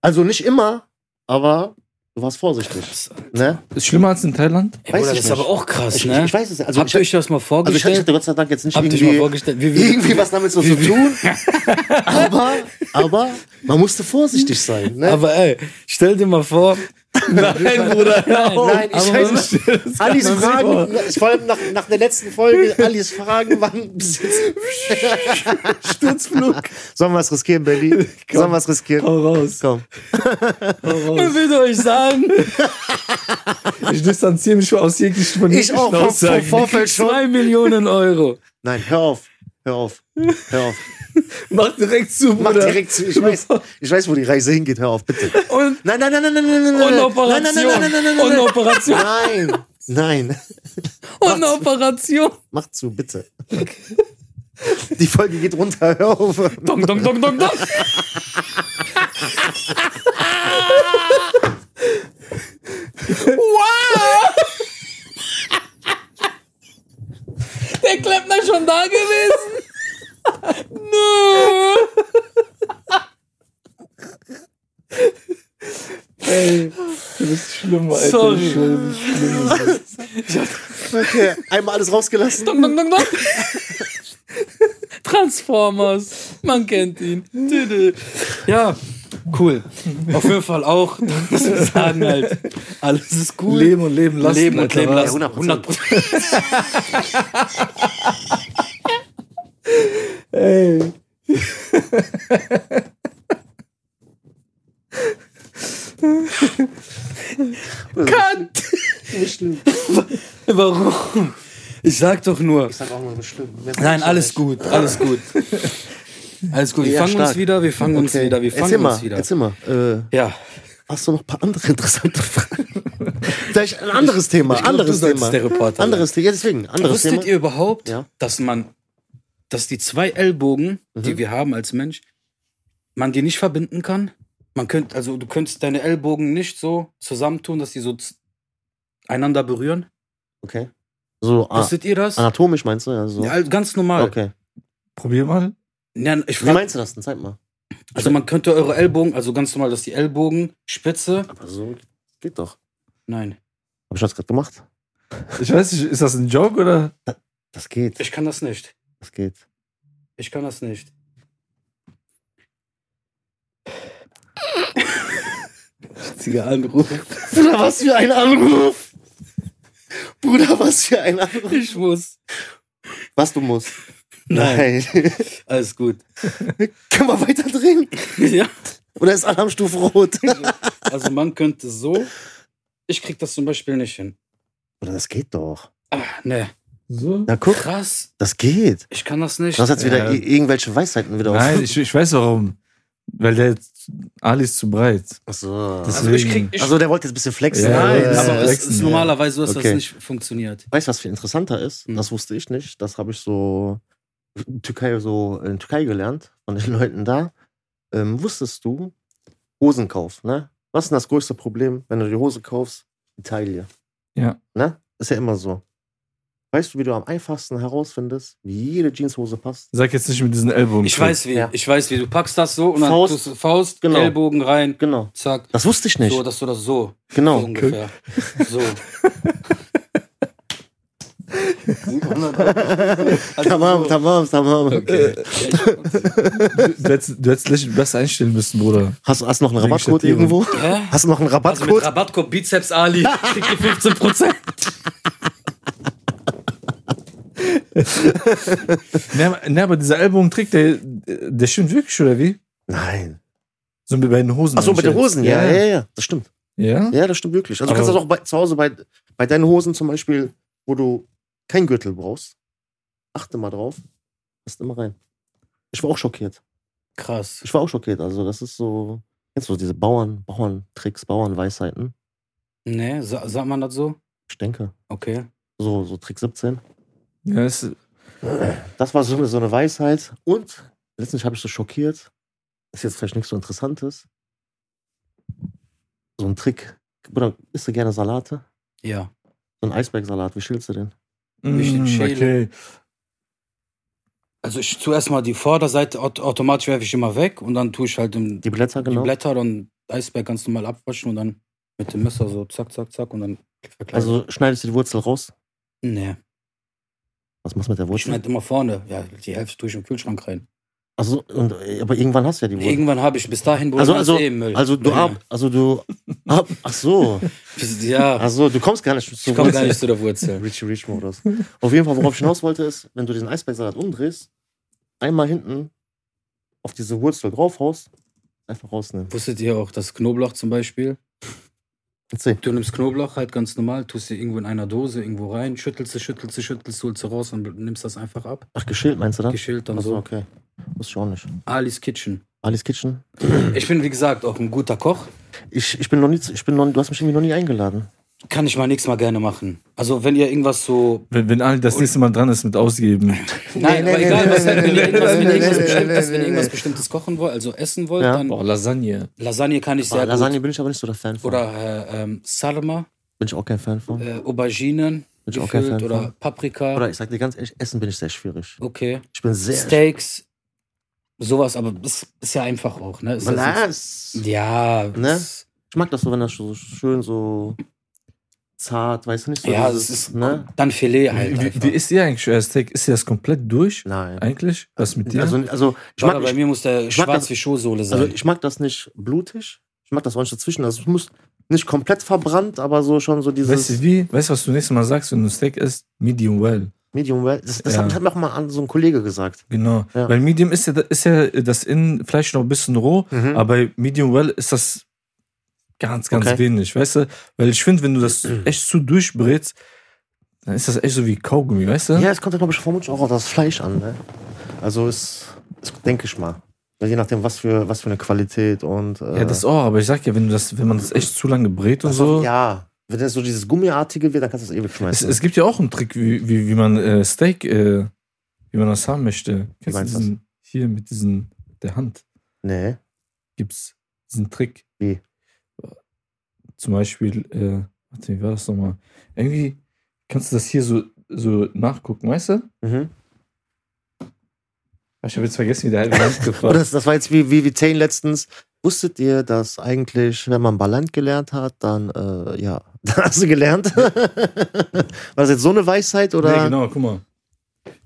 Also nicht immer, aber du warst vorsichtig, Krass. ne? Ist schlimmer als in (laughs) Thailand? Ey, Weiß Bruder, ich das ist nicht. aber auch krass, Ich, ne? ich weiß es nicht. Also Habt ich, ihr euch das mal also ich, ich vorgestellt? hatte Gott sei Dank jetzt nicht Habt ihr euch mal irgendwie, vorgestellt, wie, wie, irgendwie was damit so wie- zu tun, aber, aber man musste vorsichtig sein, ne? (laughs) Aber ey, stell dir mal vor. (laughs) Nein, Bruder, Nein, ich weiß nicht. nicht. Alis Fragen, vor allem nach, nach der letzten Folge, Alis Fragen waren bis jetzt. Sturzflug. Sollen wir es riskieren, Berlin? Sollen wir es riskieren? Hau raus, Komm. hau raus. Ich will euch (laughs) sagen, Ich distanziere mich aus jeglichen von Ich jeglichen auch, vom, vom Aussagen. Vorfeld schon. zwei Millionen Euro. Nein, hör auf. Hör auf. Hör auf. Mach direkt zu, Mach Bruder. direkt zu. Ich weiß, ich weiß, wo die Reise hingeht. Hör auf, bitte. Und, Nein, nein, nein, nein, nein, nein, nein. und nein. Operation. Nein, nein, nein, nein, nein, und nein, Operation. nein. Nein. Nein. und Operation. Mach zu, bitte. Die Folge geht runter. Hör auf. Dong, dong, dong, dong, dong. wow! Der Klempner schon da gewesen? Nö! schlimm, Alter. Sorry. Schlimm, schlimm. Okay, einmal alles rausgelassen. Dong, dong, dong, dong. Transformers, man kennt ihn. Tüdel. Ja, cool. Auf jeden Fall auch, dass wir sagen halt, alles ist cool. Leben und leben lassen. Leben und Alter, leben was? lassen. Ja, 100%. Ey. 100%. Cut! Nicht schlimm. (laughs) Warum? Ich sag doch nur. Ich sag auch mal, bestimmt. Nein, alles gut, alles (laughs) gut. Alles gut, wir Ja, fangen uns stark. wieder, wir fangen uns Okay. wieder, wir fangen erzähl mal, uns wieder. Erzähl mal, äh, Ja, hast du noch ein paar andere (laughs) interessante Fragen? Vielleicht ein anderes Thema, ich glaub, anderes du sollst Thema. der Reporter sein. anderes Thema, ja, deswegen, anderes wusstet Thema. ihr überhaupt, Ja. dass man, dass die zwei Ellbogen, Mhm. die wir haben als Mensch, man die nicht verbinden kann? Man könnte, also du könntest deine Ellbogen nicht so zusammentun, dass die so z- einander berühren. Okay. So ah, Wusstet ihr das? anatomisch meinst du? Ja, so. Ja, also ganz normal. okay. Probier mal. Ja, ich Wie frag, meinst du das denn? Zeig mal. also man könnte eure Ellbogen, also ganz normal, dass die Ellbogenspitze. Aber so geht doch. Nein, Hab ich das gerade gemacht? Ich weiß nicht, ist das ein Joke oder? Das geht, ich kann das nicht. das (laughs) geht. Ich kann das nicht. Witziger Anruf. Bruder, was für ein Anruf! Bruder, was für ein Anruf! Ich muss. Was du musst. Nein, alles gut. (laughs) Können wir weiter drehen? (laughs) ja. Oder ist Alarmstufe rot? Also man könnte so. Ich krieg das zum Beispiel nicht hin. Oder das geht doch. Ah, nee. So? Na guck, Krass. das geht. Ich kann das nicht. Du hast jetzt wieder Ja. i- irgendwelche Weisheiten wieder Äh, Nein, ich, ich weiß warum. Weil der Ali ist zu breit. Achso. Das- also ich krieg. Ich, Achso, der wollte jetzt ein bisschen flexen. Ja, nein, ja, ja, aber ja, es Sechsten, ist ja. normalerweise so, dass das Okay. nicht funktioniert. Weißt du, was viel interessanter ist? Hm. Das wusste ich nicht. Das habe ich so in Türkei, so in Türkei gelernt, von den (laughs) Leuten da. Ähm, wusstest du, Hosenkauf, ne? Was ist denn das größte Problem, wenn du die Hose kaufst? Die Taille. Ja. Ne? Ist ja immer so. Weißt du, wie du am einfachsten herausfindest, wie jede Jeanshose passt? Sag jetzt nicht mit diesen Ellbogen. Ich weiß wie. Ja. Ich weiß wie. Du packst das so und dann Faust. tust du Faust, Genau. Ellbogen rein, Genau. zack. Das wusste ich nicht. So, dass du das so So genau. ungefähr. (laughs) So. (laughs) Tamam, tamam, tamam. Also Okay. Äh. Du, du hättest, du hättest lächeln besser einstellen müssen, Bruder. Hast, du- hast du noch einen Wegen Rabattcode Schattierung. irgendwo? Hä? Hast du noch einen Also mit Rabattcode? Rabattcode Bizeps (laughs) Ali kriegt ihr 15%. Ne, aber- ne, aber dieser Ellbogentrick, der, der stimmt wirklich, oder wie? Nein. So mit den Hosen. Achso, bei den Hosen, ja, ja, ja, Ja? ja. Das stimmt. ja? Ja, das stimmt wirklich. Also du Aber- kannst das auch bei, zu Hause bei, bei deinen Hosen zum Beispiel, wo du keinen Gürtel brauchst, achte mal drauf, passt immer rein. Ich war auch schockiert. Krass. Ich war auch schockiert. Also das ist so, kennst du diese Bauern, Bauerntricks, Bauernweisheiten? Ne, sa sagt man das so? Ich denke, Okay. so, so Trick 17. ja ist, Das war so eine, so eine Weisheit. Und letztens habe ich so schockiert, ist jetzt vielleicht nichts so Interessantes. So ein Trick. Bruder, isst du gerne Salate? Ja. So ein Eisbergsalat, wie schälst du den? Durch den Mm, Schädel. okay. Also ich tue erstmal die Vorderseite aut automatisch werfe ich immer weg und dann tue ich halt im, Die Blätter, die genau. Blätter und Eisberg ganz normal abwaschen und dann mit dem Messer so zack, zack, zack und dann verkleinern. Also schneidest du die Wurzel raus? nee. Was machst du mit der Ich Wurzel? schneide immer vorne. Ja, die Hälfte tue ich im Kühlschrank rein. Also, und, äh, aber irgendwann hast du ja die Wurzel. Irgendwann habe ich bis dahin, wo Also- das also- eh im Müll. Also du Ja. ab, also du ab, (laughs) ach so, Ja. ach so, du kommst gar nicht zu Ich komme gar nicht zu der Wurzel. Richie Rich Modus. Auf jeden Fall, worauf ich hinaus wollte, ist, wenn du diesen Eisbergsalat umdrehst, einmal hinten auf diese Wurzel draufhaust, einfach rausnehmen. Wusstet ihr auch, dass Knoblauch zum Beispiel? Erzähl. Du nimmst Knoblauch halt ganz normal, tust sie irgendwo in einer Dose irgendwo rein, schüttelst sie, schüttelst sie, schüttelst sie, holst sie raus und nimmst das einfach ab. Ach, geschält meinst du dann? Geschält dann Ach so, so. okay. Wusste ich auch nicht. Ali's Kitchen. Alice Kitchen? Ich bin, wie gesagt, auch ein guter Koch. Ich, ich bin noch nie, zu- ich bin noch, du hast mich irgendwie noch nie eingeladen. Kann ich mal nächstes Mal gerne machen. Also, wenn ihr irgendwas so. Wenn, wenn Ali das nächste Mal dran ist mit Ausgeben. Nein, nee, aber nee, egal, nee, was nee, halt, wenn nee, ihr irgendwas, nee, wenn ihr nee, irgendwas nee, bestimmtes, nee, wenn ihr nee, irgendwas nee. bestimmtes kochen wollt, also essen wollt, Ja. dann Boah, Lasagne. Lasagne kann ich sehr Aber Ah, Lasagne gut. bin ich aber nicht so der Fan von. Oder äh, ähm, Sarma, bin ich auch kein Fan von. äh, Auberginen Bin ich auch kein gefüllt Fan oder von. Paprika. Oder ich sag dir ganz ehrlich, Essen bin ich sehr schwierig. okay. Ich bin sehr Steaks, sowas, aber das ist ja einfach auch, ne? Ist das jetzt- Was? ja, Ne? es- Ich mag das so, wenn das so schön so zart, weißt du nicht so. Ja, dieses, es ist- ne? Dann Filet halt. Wie, einfach. wie ist die eigentlich euer Steak? Ist die das komplett durch? Nein. Eigentlich? Was mit dir? Also, also ich Warte, mag, bei mir muss der ich mag schwarz das- wie Schuhsohle sein. Also ich mag das nicht blutig. Ich mag das auch nicht dazwischen. Also es muss nicht komplett verbrannt, aber so schon so dieses weißt du wie? Weißt du, was du nächstes Mal sagst, wenn du ein Steak isst? Medium well. Medium well. Das, das Ja. hat, hat mir auch mal an, so ein Kollege gesagt. Genau. Ja. Weil Medium ist ja, ist ja das Innenfleisch noch ein bisschen roh, Mhm. aber bei Medium well ist das ganz, ganz Okay. wenig, weißt du? Weil ich finde, wenn du (clears throat) das echt zu durchbrätst, dann ist das echt so wie Kaugummi, weißt du? ja, es kommt ja, glaube ich, vermutlich auch auf das Fleisch an. Ne? Also es, es denke ich mal. Weil Je nachdem, was für, was für eine Qualität und. Äh, Ja, das auch, aber ich sag ja, wenn du das, wenn man das echt zu lange brät und das auch- so. Ja. Wenn das so dieses Gummiartige wird, dann kannst du eh es ewig Es, schmeißen. es gibt ja auch einen Trick, wie, wie, wie man äh, Steak, äh, wie man das haben möchte. Kennst du meinst du diesen, hier mit diesen, der Hand nee. gibt's diesen Trick. Wie? Zum Beispiel, äh, warte, wie war das nochmal? Irgendwie kannst du das hier so, so nachgucken, weißt du? Mhm. Ah, Ich habe jetzt vergessen, wie der halbe Handgriff Aber war. das, das war jetzt wie, wie, wie Zane letztens. Wusstet ihr, dass eigentlich, wenn man Ballant gelernt hat, dann, äh, ja, (laughs) dann hast du (laughs) gelernt? war das jetzt so eine Weisheit oder? Nee, genau, guck mal.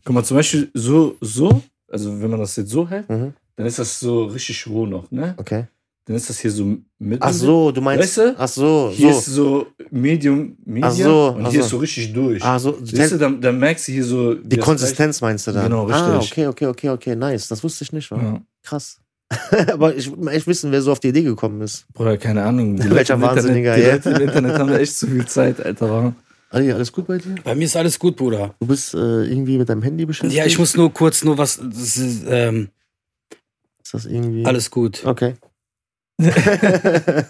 Guck mal, zum Beispiel so, so, also wenn man das jetzt so hält, Mhm, dann ist das so richtig roh noch, ne? okay. Dann ist das hier so mittel. Ach so, du meinst. Weißt du? Ach so, Hier so. ist so Medium, Medium Ach so, und ach hier so. ist so richtig durch. Ach Ah, so, Siehst du, dann, dann merkst du hier so wie die das Konsistenz meinst du dann? Genau, richtig. Ah, okay, okay, okay, okay, nice. Das wusste ich nicht, gleich- war. Ja. Krass. (laughs) Aber ich will mal echt wissen, wer so auf die Idee gekommen ist. Bruder, keine Ahnung. die Welcher Leute im Wahnsinniger, Internet, Die ja. Leute im Internet haben da echt zu viel Zeit, Alter. warum? Ali, alles gut bei dir? Bei mir ist alles gut, Bruder. Du bist äh, irgendwie mit deinem Handy beschäftigt? Ja, ich muss nur kurz nur was. Das ist, ähm, Ist das irgendwie. alles (laughs) gut. Okay. Äh,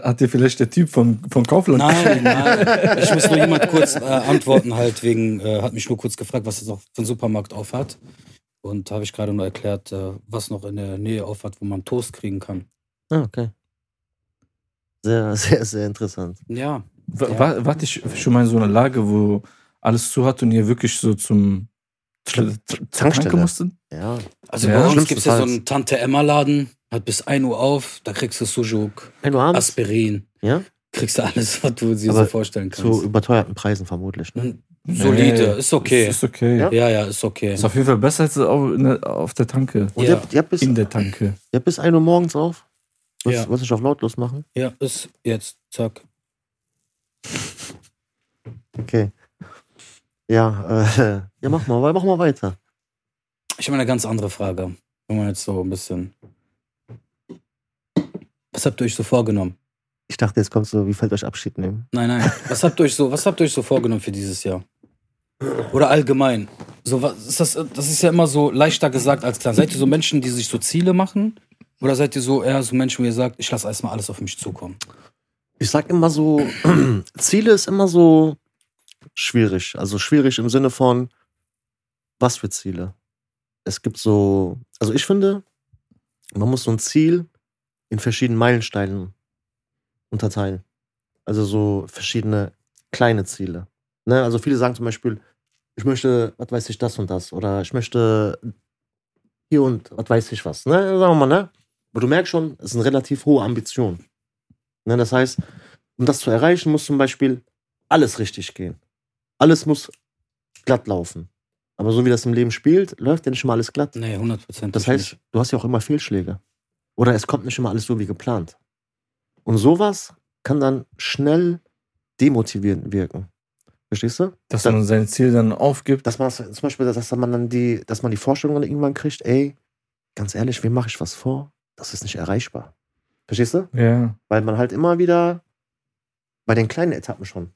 Hat dir vielleicht der Typ vom, vom Kaufland Nein, nein. Ich muss nur jemand kurz äh, antworten, halt wegen, äh, hat mich nur kurz gefragt, was das noch für ein Supermarkt auf hat. Und habe ich gerade nur erklärt, äh, was noch in der Nähe auf hat, wo man Toast kriegen kann. Ah, okay. Sehr, (laughs) sehr, sehr interessant. Ja. Wa- wa- Warte ich schon mal in so einer Lage, wo alles zu hat und ihr wirklich so zum Tr- Tr- Tankstelle. Tanke musstet? Ja. Also Ja. bei uns gibt es ja so Schlimmstenfalls. einen Tante-Emma-Laden, hat bis 1 Uhr auf, da kriegst du Sujuk, Hey, du abends Aspirin, Ja? kriegst du alles, (laughs) was du dir Aber so vorstellen kannst. zu überteuerten Preisen vermutlich. Ne? Hm, Solide, Nee, ist okay. Ist, ist okay. Ja? ja, ja, ist okay. Ist auf jeden Fall besser als auf, in der- auf der Tanke. Und Ja. ihr, habt, ihr, habt bis, In ihr der Tanke. habt bis 1 Uhr morgens auf? Was, Ja. was ich auf lautlos machen? Ja, ist jetzt, zack. Okay. Ja, äh, (laughs) ja, mach mal, mach mal weiter. Ich habe eine ganz andere Frage. Wenn man jetzt so ein bisschen. Was habt ihr euch so vorgenommen? Ich dachte, jetzt kommt so, wie fällt euch Abschied nehmen? Nein, nein. Was habt ihr euch so, was habt ihr euch so vorgenommen für dieses Jahr? Oder allgemein? So, was ist das, das ist ja immer so leichter gesagt als getan. Seid ihr so Menschen, die sich so Ziele machen? Oder seid ihr so eher so Menschen, wo ihr sagt, ich lasse erstmal alles auf mich zukommen? Ich sag immer so, (clears throat) Ziele ist immer so schwierig. Also schwierig im Sinne von, was für Ziele? Es gibt so, also ich finde, man muss so ein Ziel in verschiedenen Meilensteinen unterteilen. Also so verschiedene kleine Ziele. Ne? Also viele sagen zum Beispiel, ich möchte, was weiß ich, das und das. Oder ich möchte hier und was weiß ich was. Ne? Sagen wir mal, ne? Aber du merkst schon, es ist eine relativ hohe Ambition. Ne? Das heißt, um das zu erreichen, muss zum Beispiel alles richtig gehen. Alles muss glatt laufen. Aber so wie das im Leben spielt, läuft ja nicht mal alles glatt. Nee, 100 Prozent. Das heißt, du hast ja auch immer Fehlschläge. Oder es kommt nicht immer alles so wie geplant. Und sowas kann dann schnell demotivierend wirken. Verstehst du? Dass man sein Ziel dann aufgibt. Dass man zum Beispiel, dass man dann die, dass man die Vorstellung dann irgendwann kriegt, ey, ganz ehrlich, wem mache ich was vor? Das ist nicht erreichbar. Verstehst du? Ja. Weil man halt immer wieder bei den kleinen Etappen schon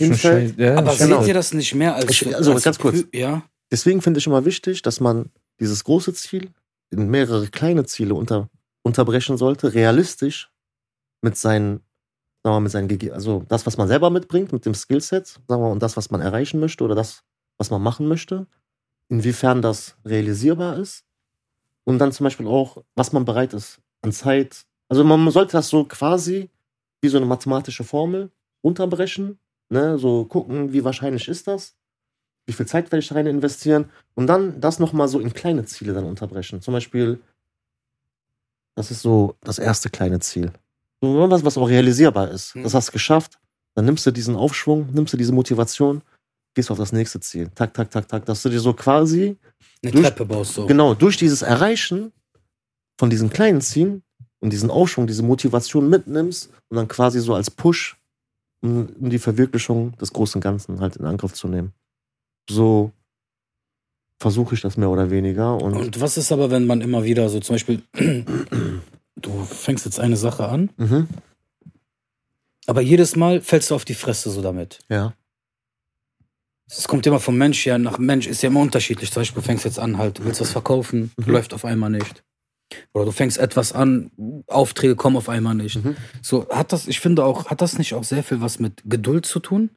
Schon hinfällt. schei- ja, aber schon- genau. seht ihr das nicht mehr als. Ich- also als ganz kurz. Ja? Deswegen finde ich immer wichtig, dass man dieses große Ziel in mehrere kleine Ziele unter, unterbrechen sollte, realistisch mit seinen, sagen wir mal, mit seinen, Gege- also das, was man selber mitbringt, mit dem Skillset, sagen wir mal, und das, was man erreichen möchte oder das, was man machen möchte, inwiefern das realisierbar ist und dann zum Beispiel auch, was man bereit ist an Zeit. Also man sollte das so quasi wie so eine mathematische Formel runterbrechen, ne? so gucken, wie wahrscheinlich ist das wie viel Zeit werde ich da rein investieren und dann das nochmal so in kleine Ziele dann unterbrechen. Zum Beispiel, das ist so das erste kleine Ziel. So, was, was auch realisierbar ist. Das hast du geschafft. Dann nimmst du diesen Aufschwung, nimmst du diese Motivation, gehst auf das nächste Ziel. Tak, tak, tak, tak. Dass du dir so quasi Eine Durch- Treppe baust so. Genau, durch dieses Erreichen von diesen kleinen Zielen und diesen Aufschwung, diese Motivation mitnimmst und dann quasi so als Push, um, um die Verwirklichung des großen Ganzen halt in Angriff zu nehmen. So versuche ich das mehr oder weniger. Und, Und was ist aber, wenn man immer wieder so zum Beispiel, (clears throat) du fängst jetzt eine Sache an, mhm, aber jedes Mal fällst du auf die Fresse so damit. ja. Es kommt immer vom Mensch her, nach Mensch ist ja immer unterschiedlich. Zum Beispiel, du fängst jetzt an halt, du willst was verkaufen, Mhm. läuft auf einmal nicht. Oder du fängst etwas an, Aufträge kommen auf einmal nicht. Mhm. So, hat das, ich finde auch, hat das nicht auch sehr viel was mit Geduld zu tun?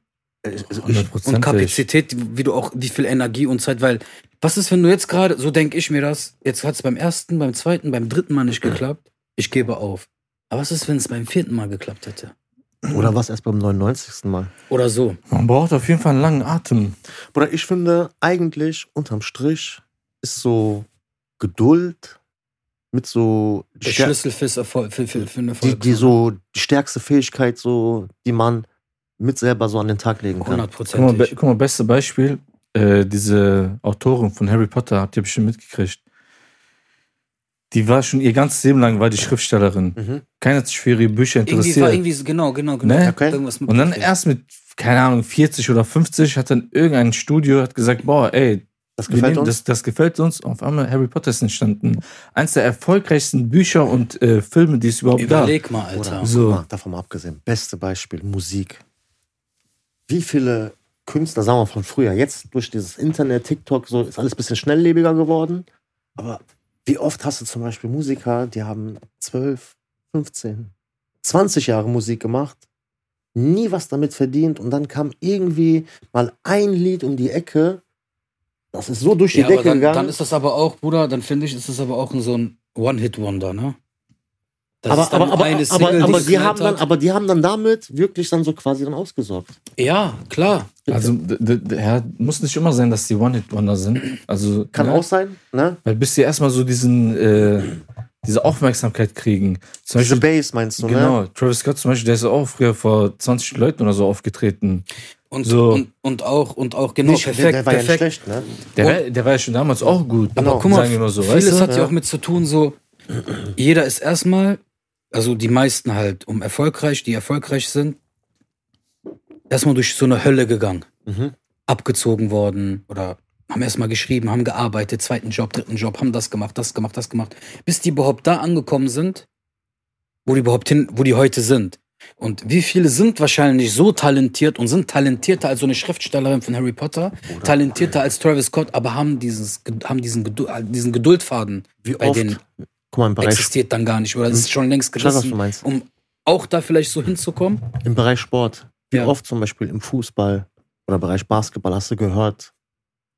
Äh, Ich, ich, ich, Und 100%. Kapazität, wie du auch, wie viel Energie und Zeit, weil was ist, wenn du jetzt gerade, so denke ich mir das, jetzt hat es beim ersten, beim zweiten, beim dritten Mal nicht geklappt, ich gebe auf. Aber was ist, wenn es beim vierten Mal geklappt hätte? oder was erst beim 99. Mal. Oder so. Man braucht auf jeden Fall einen langen Atem. Bruder, ich finde eigentlich unterm Strich ist so Geduld mit so Der Stär- Schlüssel fürs Erfolg, für, für, für eine die, Erfolg. die so die stärkste Fähigkeit, so, die man mit selber so an den Tag legen kann. Guck mal, be 100%. guck mal beste Beispiel. Äh, diese Autorin von Harry Potter, habt ihr bestimmt mitgekriegt. Die war schon ihr ganzes Leben lang war die Schriftstellerin. Mhm. Keiner hat sich für ihre Bücher Irgendwie war interessiert. irgendwie so, genau, genau, genau. Ne? Okay. Irgendwas mit Und dann Betrieb. erst mit, keine Ahnung, 40 oder 50 hat dann irgendein Studio hat gesagt, boah, ey, Das wir gefällt nehmen, uns. das, das gefällt uns. Und auf einmal Harry Potter ist entstanden. Eins der erfolgreichsten Bücher und äh, Filme, die es überhaupt gab. Überleg mal, Alter. Oder, So. mal, davon mal abgesehen, beste Beispiel, Musik. Wie viele Künstler, sagen wir von früher, jetzt durch dieses Internet, TikTok, so ist alles ein bisschen schnelllebiger geworden. Aber wie oft hast du zum Beispiel Musiker, die haben 12, 15, 20 Jahre Musik gemacht, nie was damit verdient und dann kam irgendwie mal ein Lied um die Ecke. Das ist so durch die Ja, aber Decke dann, gegangen. dann ist das aber auch, Bruder, dann finde ich, ist das aber auch so ein One-Hit-Wonder, ne? Das ist aber, dann aber, aber, eine aber, Single, aber, die die haben dann, knallt hat. aber die haben dann damit wirklich dann so quasi dann ausgesorgt. Ja, klar. Also, d- d- d- ja, muss nicht immer sein, dass die One-Hit-Wonder sind. Also, Kann ne? auch sein, ne? Weil bis sie erstmal so diesen, äh, diese Aufmerksamkeit kriegen. Zum Diese Beispiel, Base meinst du, ne? genau, Travis Scott zum Beispiel, der ist ja auch früher vor 20 Leuten oder so aufgetreten. Und, So. und, und auch, und auch, genau, Nicht, perfekt, der, der war perfekt. ja nicht schlecht, ne? Der, Und- war- der war ja schon damals auch gut. Aber Guck mal, sagen wir mal so, vieles weißt du? hat ja auch mit zu tun, so, jeder ist erstmal, also die meisten halt, um erfolgreich, die erfolgreich sind, erstmal durch so eine Hölle gegangen. Mhm. abgezogen worden oder haben erstmal geschrieben, haben gearbeitet, zweiten Job, dritten Job, haben das gemacht, das gemacht, das gemacht, bis die überhaupt da angekommen sind, wo die überhaupt hin, wo die heute sind. Und wie viele sind wahrscheinlich so talentiert und sind talentierter als so eine Schriftstellerin von Harry Potter, talentierter als Travis Scott, aber haben dieses, haben diesen, Gedu äh, diesen Geduldfaden Wie bei oft? denen Guck mal, im Bereich, Hm. existiert dann gar nicht oder ist schon längst Ich weiß, was du gerissen, meinst. um auch da vielleicht so hinzukommen. im Bereich Sport, wie Ja. oft zum Beispiel im Fußball oder Bereich Basketball hast du gehört,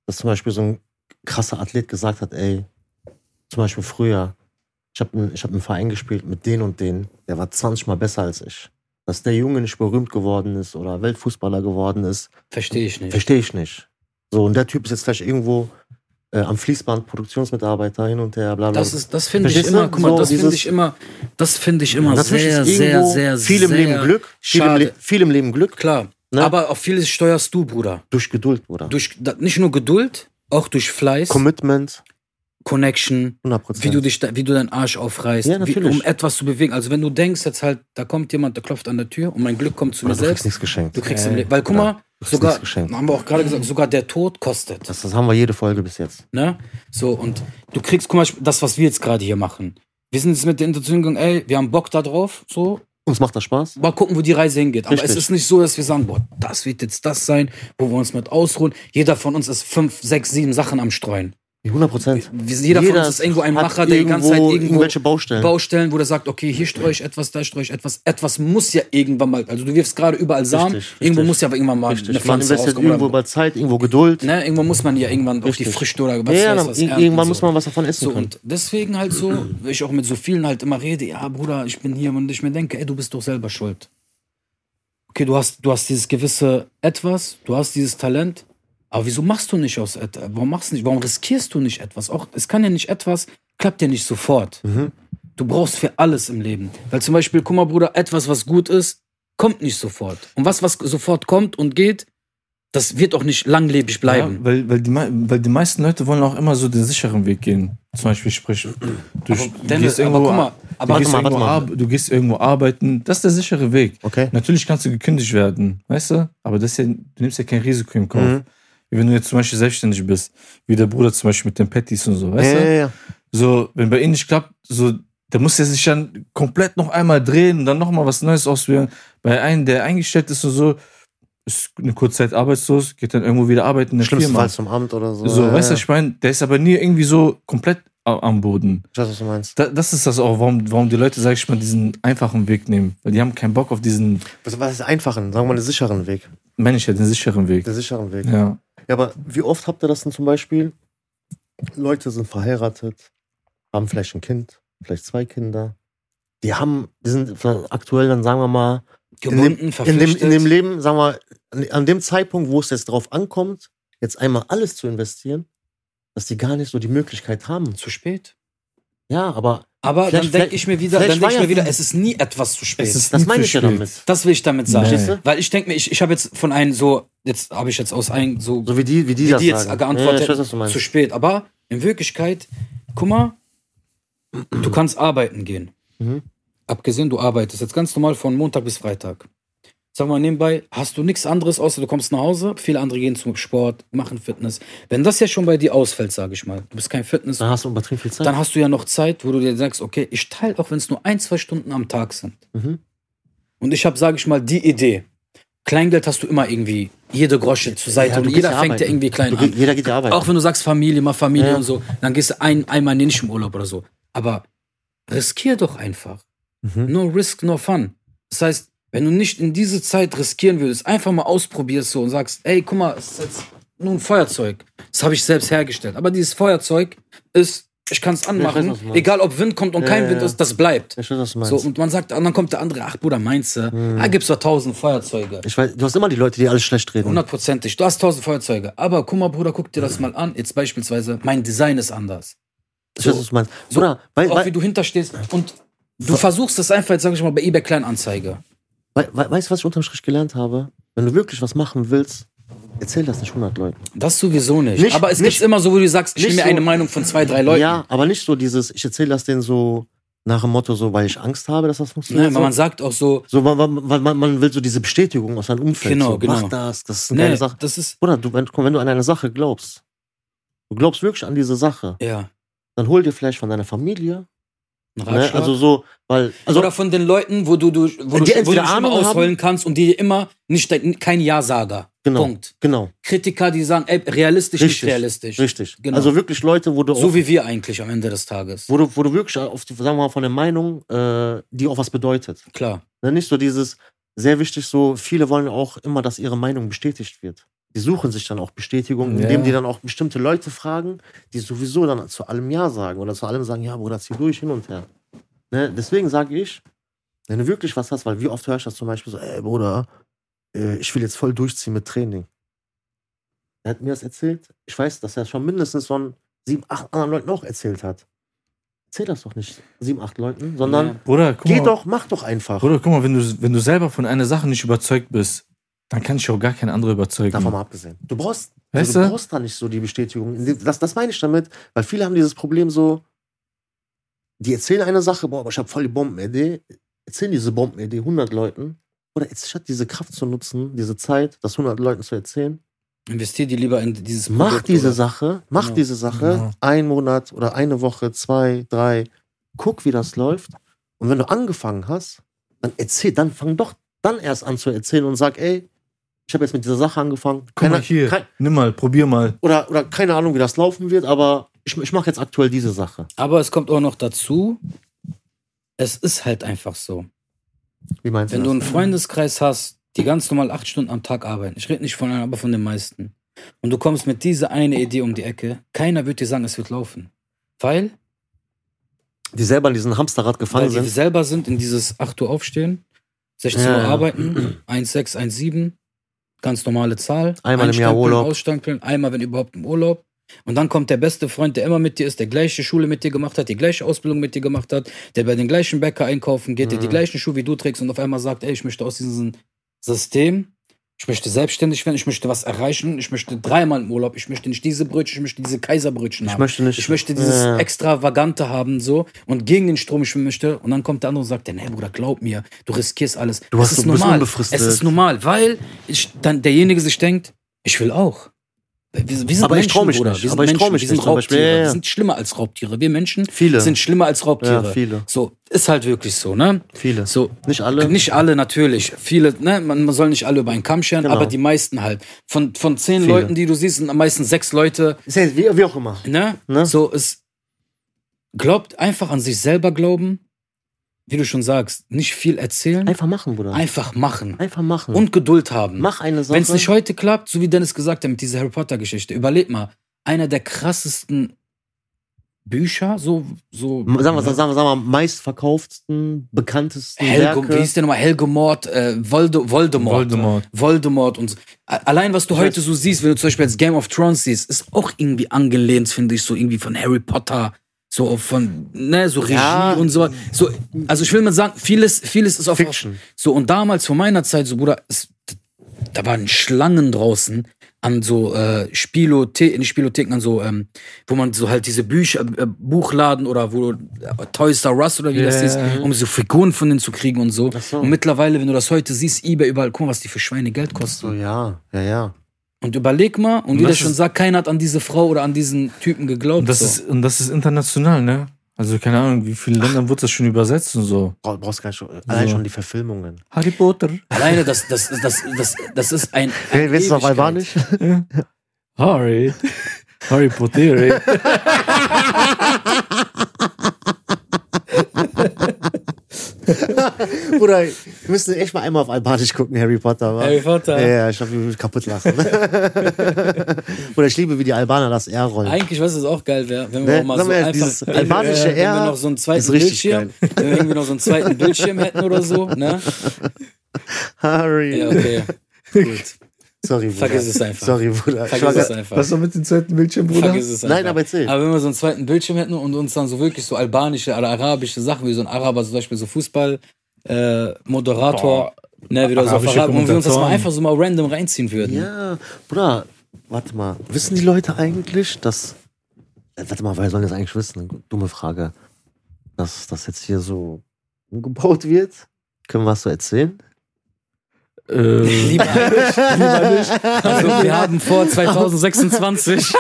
dass zum Beispiel so ein krasser Athlet gesagt hat, ey, zum Beispiel früher, ich habe ich hab einen Verein gespielt mit den und den, der war 20 Mal besser als ich. Dass der Junge nicht berühmt geworden ist oder Weltfußballer geworden ist, Verstehe ich nicht. Verstehe ich nicht. So, und der Typ ist jetzt gleich irgendwo äh, am Fließband, Produktionsmitarbeiter hin und her, bla bla. Das, ist, das finde ich Verstehst du? immer, guck mal, So das finde dieses- ich immer, das finde ich immer Natürlich sehr, ist sehr, irgendwo sehr, viel im sehr Leben Glück, viel im, schade. Le viel im Leben Glück, Klar. Ne? Aber auf vieles steuerst du, Bruder. durch Geduld, Bruder. Durch da, nicht nur Geduld, auch durch Fleiß, Commitment, Connection, 100 wie du dich, da- wie du deinen Arsch aufreißt, Ja, wie, natürlich. um etwas zu bewegen. Also wenn du denkst jetzt halt, da kommt jemand, der klopft an der Tür und mein Glück kommt zu Oder mir du kriegst selbst. nichts geschenkt. Du kriegst Äh, im Leben, weil guck Bruder, mal, kriegst sogar, nichts geschenkt. haben wir auch gerade gesagt, sogar der Tod kostet. Das, das haben wir jede Folge bis jetzt. Ne? So, und du kriegst, guck mal, das, was wir jetzt gerade hier machen. Wir sind jetzt mit der Intention gegangen, ey, wir haben Bock da drauf, so, Uns macht das Spaß. mal gucken, wo die Reise hingeht. Aber es Richtig. ist nicht so, dass wir sagen, boah, das wird jetzt das sein, wo wir uns mit ausruhen. Jeder von uns ist fünf, sechs, sieben Sachen am Streuen. 100 Prozent. Wir- Jeder, von uns ist irgendwo ein Macher, der die ganze Zeit irgendwo irgendwelche Baustellen. Baustellen, wo der sagt, okay, hier streue ich etwas, da streue ich etwas. Etwas muss ja irgendwann mal, also du wirfst gerade überall Samen, Richtig, richtig. irgendwo muss ja aber irgendwann mal eine Richtig. Man Pflanze investiert rauskommen. irgendwo Oder, über Zeit, irgendwo Geduld. ne, irgendwann muss man ja irgendwann auch die Richtig. Früchte oder was ja, ja, weiß dann, was ernten, irgendwann so. muss man was davon essen So, können. und deswegen halt (clears throat) so, weil ich auch mit so vielen halt immer rede, ja, Bruder, ich bin hier und ich mir denke, ey, du bist doch selber schuld. Okay, du hast, du hast dieses gewisse Etwas, du hast dieses Talent, aber wieso machst du nicht aus etwas? Warum machst du nicht, warum riskierst du nicht etwas? Auch, es kann ja nicht etwas, klappt ja nicht sofort. Mhm. Du brauchst für alles im Leben. Weil zum Beispiel, guck mal, Bruder, etwas, was gut ist, kommt nicht sofort. Und was, was sofort kommt und geht, das wird auch nicht langlebig bleiben. Ja, weil, weil, die, mei- weil die meisten Leute wollen auch immer so den sicheren Weg gehen. Zum Beispiel, sprich, du, sch- du Dennis, gehst aber irgendwo, guck mal, aber du, gehst warte mal, irgendwo warte arbe- du gehst irgendwo arbeiten. Das ist der sichere Weg. Okay. Natürlich kannst du gekündigt werden, weißt du? Aber das ist ja, du nimmst ja kein Risiko im Kauf. Mhm. Wie wenn du jetzt zum Beispiel selbstständig bist, wie der Bruder zum Beispiel mit den Patties und so, Ja, weißt ja, du? ja. So, wenn bei ihm nicht klappt, so, da muss er sich dann komplett noch einmal drehen und dann nochmal was Neues ausprobieren. Bei einem, der eingestellt ist und so, ist eine kurze Zeit arbeitslos, geht dann irgendwo wieder arbeiten in der Firma. Schlimmstenfalls zum Amt oder so. So, ja, weißt du, ja. was ich meine, der ist aber nie irgendwie so komplett a- am Boden. Ich weiß, was du meinst. Da, das ist das auch, warum, warum die Leute, sag ich mal, diesen einfachen Weg nehmen. Weil die haben keinen Bock auf diesen, Was was ist einfachen? Sagen wir mal den sicheren Weg. meine ich ja, den sicheren Weg. Den sicheren Weg. Ja. Ja. aber wie oft habt ihr das denn zum Beispiel? Leute sind verheiratet, haben vielleicht ein Kind, vielleicht zwei Kinder. Die haben, die sind aktuell dann, sagen wir mal, Gebunden, in dem, verpflichtet. in dem Leben, sagen wir, an- an dem Zeitpunkt, wo es jetzt drauf ankommt, jetzt einmal alles zu investieren, dass die gar nicht so die Möglichkeit haben. zu spät. Ja, aber Aber Vielleicht- dann denke ich mir wieder, vielleicht dann denk ich war ja- mir wieder, es ist nie etwas zu spät. ist das nie meine zu ich ja spät. damit. das will ich damit sagen. Nee. Verstehst du? Weil ich denke mir, ich, ich habe jetzt von einem so, jetzt habe ich jetzt aus einem so, So wie die, wie die Wie das die jetzt sagen. geantwortet- ich weiß, was du meinst. zu spät. Aber in Wirklichkeit, guck mal, du kannst arbeiten gehen. Mhm. Abgesehen, du arbeitest jetzt ganz normal von Montag bis Freitag. Sag mal nebenbei, hast du nichts anderes, außer du kommst nach Hause. Viele andere gehen zum Sport, machen Fitness. Wenn das ja schon bei dir ausfällt, sage ich mal, du bist kein Fitness, Dann hast du übertrieben viel Zeit. dann hast du ja noch Zeit, wo du dir sagst, okay, ich teile auch, wenn es nur ein, zwei Stunden am Tag sind. Mhm. Und ich habe, sage ich mal, die Idee. Kleingeld hast du immer irgendwie, jede Grosche zur Seite Ja, du und gehst jeder ja fängt ja arbeiten. irgendwie klein Du an. geh- jeder geht ja arbeiten. Auch wenn du sagst Familie, mal Familie Ja. und so, dann gehst du ein, einmal nicht im Urlaub oder so. Aber riskier doch einfach. Mhm. No risk, no fun. Das heißt, wenn du nicht in diese Zeit riskieren würdest, einfach mal ausprobierst so und sagst, ey, guck mal, es ist jetzt nur ein Feuerzeug. Das habe ich selbst hergestellt. Aber dieses Feuerzeug ist, ich kann es Ja, ich weiß, anmachen, was du meinst. egal ob Wind kommt und Ja, kein ja, Wind ja. ist, das bleibt. Ich Hm. weiß, So, um was du meinst. und man sagt, und dann kommt der andere, ach Bruder, meinst du, da gibt's doch tausend Feuerzeuge. ich weiß, du hast immer die Leute, die alles schlecht reden. Hundertprozentig. Du hast tausend Feuerzeuge. Aber guck mal, Bruder, guck dir das mal an. Jetzt beispielsweise, mein Design ist anders. Ich weiß, was du meinst. So, Bruder, weil, Auch wie weil, du hinterstehst und du versuchst das einfach, jetzt sag ich mal, bei eBay Kleinanzeige. weil, weil, weißt du, was ich unterm Strich gelernt habe? Wenn du wirklich was machen willst, erzähl das nicht 100 Leuten. Das sowieso nicht. Nicht- aber es nicht- gibt immer so, wo du sagst, ich nicht nehme mir so- eine Meinung von zwei, drei Leuten. Ja, aber nicht so dieses, ich erzähle das denen so nach dem Motto, so, weil ich Angst habe, dass das funktioniert. Nein, Ne, weil man sagt auch so, so, man, man, man, man will so diese Bestätigung aus seinem Umfeld. Genau, so, genau. Mach das, das ist eine nee, geile Sache. das ist, Bruder, du, wenn, komm, wenn du an eine Sache glaubst, du glaubst wirklich an diese Sache, ja, dann hol dir vielleicht von deiner Familie, ein ne? Ratschlag. also so, weil, also, Oder von den Leuten, wo du, du, wo du, Die wo du entweder dich immer Ahnung haben- ausholen kannst und die dir immer nicht, dein- kein Ja-Sager. Genau. Punkt. genau, Kritiker, die sagen, ey, realistisch, Richtig. nicht realistisch. richtig. Genau. Also wirklich Leute, wo du, So auf, wie wir eigentlich am Ende des Tages. wo du, wo du wirklich auf die, sagen wir mal, von der Meinung, äh, die auch was bedeutet. Klar. Ne? Nicht so dieses, sehr wichtig, so, viele wollen auch immer, dass ihre Meinung bestätigt wird. Die suchen sich dann auch Bestätigung, Ja. indem die dann auch bestimmte Leute fragen, die sowieso dann zu allem Ja sagen oder zu allem sagen, ja, Bruder, zieh durch, hin und her. Ne? Deswegen sage ich, wenn du wirklich was hast, weil wie oft höre ich das zum Beispiel so, ey, Bruder, äh, ich will jetzt voll durchziehen mit Training. Er hat mir das erzählt. Ich weiß, dass er schon mindestens von sieben, acht anderen Leuten auch erzählt hat. Erzähl das doch nicht sieben, acht Leuten, sondern Ja. Bruder, guck geh mal, doch, mach doch einfach. Bruder, guck mal wenn, du, wenn du selber von einer Sache nicht überzeugt bist, dann kann ich auch gar keinen anderen überzeugen. Davon mal abgesehen. Du brauchst, Hm. Weißt also, du du? brauchst da nicht so die Bestätigung. Das, das meine ich damit, weil viele haben dieses Problem so, die erzählen eine Sache, boah, aber ich habe voll die Bombenidee, erzählen diese Bombenidee 100 Leuten. Oder jetzt statt diese Kraft zu nutzen, diese Zeit, das 100 Leuten zu erzählen, Investier die lieber in dieses mach Produkt, diese oder? Sache, mach Genau. diese Sache, Genau. ein Monat oder eine Woche, zwei, drei, guck, wie das läuft. Und wenn du angefangen hast, dann erzähl, dann fang doch dann erst an zu erzählen und sag, ey, ich habe jetzt mit dieser Sache angefangen. Guck mal Keiner- hier, kein- nimm mal, probier mal. oder, oder keine Ahnung, wie das laufen wird, aber ich, ich mache jetzt aktuell diese Sache. Aber es kommt auch noch dazu, es ist halt einfach so. Wie meinst Wenn du du einen das? Freundeskreis hast, die ganz normal acht Stunden am Tag arbeiten, ich rede nicht von einem, aber von den meisten, und du kommst mit dieser eine Idee um die Ecke, keiner wird dir sagen, es wird laufen. Weil, die selber in diesem Hamsterrad weil gefangen die sind. selber sind in dieses 8 Uhr aufstehen, 16 Ja, Uhr ja. arbeiten, 1,6, 1,7, ganz normale Zahl. Einmal im Jahr Einstempeln, Urlaub. Ausstempeln, einmal, wenn überhaupt im Urlaub. Und dann kommt der beste Freund, der immer mit dir ist, der gleiche Schule mit dir gemacht hat, die gleiche Ausbildung mit dir gemacht hat, der bei den gleichen Bäcker einkaufen geht, der die Mhm. gleichen Schuhe wie du trägst und auf einmal sagt, ey, ich möchte aus diesem System, ich möchte selbstständig werden, ich möchte was erreichen, ich möchte dreimal im Urlaub, ich möchte nicht diese Brötchen, ich möchte diese Kaiserbrötchen Ich haben. möchte nicht. Ich möchte dieses Ja. Extravagante haben, so und gegen den Strom schwimmen möchte. Und dann kommt der andere und sagt: Nee, Bruder, glaub mir, du riskierst alles. Du es hast- ist du bist normal. unbefristet. Es ist normal, weil ich, dann derjenige sich denkt: Ich will auch. Wir, wir sind Aber ich Menschen, trau mich Bruder. nicht. Wir sind Aber ich trau Menschen, mich wir sind nicht, zum Beispiel. Raubtiere. Ja, ja. Wir sind schlimmer als Raubtiere. Wir Menschen Viele. sind schlimmer als Raubtiere. Ja, viele. So, ist halt wirklich so, ne? Viele. So, Nicht alle. nicht alle natürlich. Viele, ne, man, man soll nicht alle über einen Kamm scheren, Genau. aber die meisten halt. Von, von zehn Viele. Leuten, die du siehst, sind am meisten sechs Leute, Ist ja Wie, wie auch immer. ne? Ne? So, es glaubt einfach an sich selber glauben, wie du schon sagst, nicht viel erzählen, einfach, Einfach machen, Bruder. machen Einfach machen. und Geduld haben. Mach eine Sache. Wenn es nicht heute klappt, so wie Dennis gesagt hat mit dieser Harry Potter Geschichte, überleg mal, einer der krassesten Bücher, so, so. Sagen wir, sagen wir, sagen wir, meistverkauftesten, bekanntesten Helgo, wie Werke. hieß der nochmal? Helgemord, äh, Volde, Voldemort. Voldemort. Voldemort und so. A- allein was du heute so siehst, wenn du zum Beispiel jetzt Game of Thrones siehst, ist auch irgendwie angelehnt, finde ich, so irgendwie von Harry Potter, so auf- von, ne, so Regie Ja. und so. so. Also ich will mal sagen, vieles, vieles ist auf Fiction. So und damals vor meiner Zeit, so Bruder, es, da waren Schlangen draußen an so äh, Spilothe in Spielotheken, an so, ähm, wo man so halt diese Bücher, äh, Buchladen oder wo äh, Toys R Us oder wie das Ja, hieß, ja, ja. um so Figuren von denen zu kriegen und so. Ach so. Und mittlerweile, wenn du das heute siehst, eBay überall, guck mal, was die für Schweine Geld kosten. So, ja, ja, ja. Und überleg mal, und wie das das schon ist- sagt, keiner hat an diese Frau oder an diesen Typen geglaubt. Und das, so. ist, und das ist international, ne? Also keine Ahnung, wie viele Ländern wird das schon übersetzt und so. Bra- Brauchst gar nicht schon, allein So. schon die Verfilmungen. Harry Potter. Alleine, das, das, das, das, das, das ist ein. Hey, willst du auf Äh, Ewigkeit. Albanisch? Harry. Harry (laughs) Potter. Oder wir müssen echt mal einmal auf Albanisch gucken, Harry Potter. Wa? Harry Potter. Ja, ja, ich hab mich (laughs) kaputt lachen. Oder ich liebe, wie die Albaner das R rollen. Eigentlich, was es auch geil wäre, wenn wir Ne? auch mal Sag so mal, einfach wenn dieses wir- albanische wenn wir R noch so einen zweiten ist richtig Bildschirm, (laughs) wenn wir irgendwie noch so einen zweiten Bildschirm hätten oder so, ne? Harry. Ja, (laughs) okay. Gut. Sorry, Bruder. Vergiss es einfach. Sorry, Bruder. Ich war Vergiss es grad- einfach. war mit dem zweiten Bildschirm, Vergiss es einfach. Nein, aber erzähl. Aber wenn wir so einen zweiten Bildschirm hätten und uns dann so wirklich so albanische oder arabische Sachen, wie so ein Araber zum Beispiel so Fußball, äh, Moderator, ne, wieder so auf Arabische Arabisch, und wir uns das mal Kommentatoren. einfach so mal random reinziehen würden. Ja, Bruder, warte mal. Wissen die Leute eigentlich, dass. Äh, Warte mal, wer soll das eigentlich wissen? Dumme Frage. Dass das jetzt hier so umgebaut wird? Können wir was (laughs) so erzählen? Äh, Lieber nicht, lieber (laughs) nicht. Also wir haben vor 2026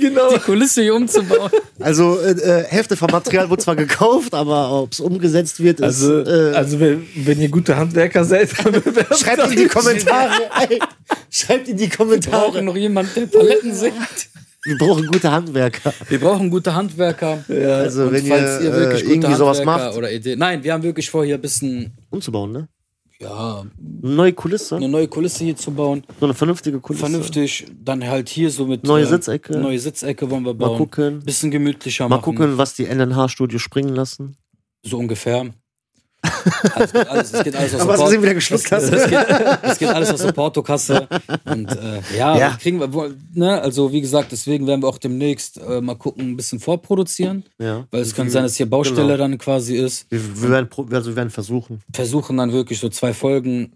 genau. die Kulisse hier umzubauen. Also, äh, äh, Hälfte vom Material wurde zwar gekauft, aber ob es umgesetzt wird, ist. Also, äh, also wenn, wenn ihr gute Handwerker seid, (laughs) dann (laughs) bewerbt schreibt in die Kommentare. Ey, (laughs) schreibt in Wir die brauchen Kommentare. noch jemanden, der Paletten singt. Wir brauchen gute Handwerker. Wir brauchen gute Handwerker. Also, Und wenn falls ihr, äh, gute irgendwie sowas Handwerker macht, Oder Ideen. Nein, wir haben wirklich vor, hier ein bisschen umzubauen, ne? ja, Neue Kulisse, eine neue Kulisse hier zu bauen. so eine vernünftige Kulisse. Vernünftig. Dann halt hier so mit. Neue äh, Sitzecke. Neue Sitzecke wollen wir bauen. gucken. Bisschen gemütlicher Mal machen. gucken, was die NNH-Studios springen lassen. So (laughs) ungefähr. Alles, geht alles, es geht alles aus Was der du sie Port- wieder ne? geschluckt hast. (laughs) es, geht, es geht alles aus der Portokasse. Und äh, ja, Ja. kriegen wir. wohl- Ne? Also, wie gesagt, deswegen werden wir auch demnächst äh, mal gucken, ein bisschen vorproduzieren. Ja. Weil es kann sein, dass hier Baustelle Genau. dann quasi ist. Wir, wir, werden, pro- also wir werden versuchen. Versuchen dann wirklich so zwei Folgen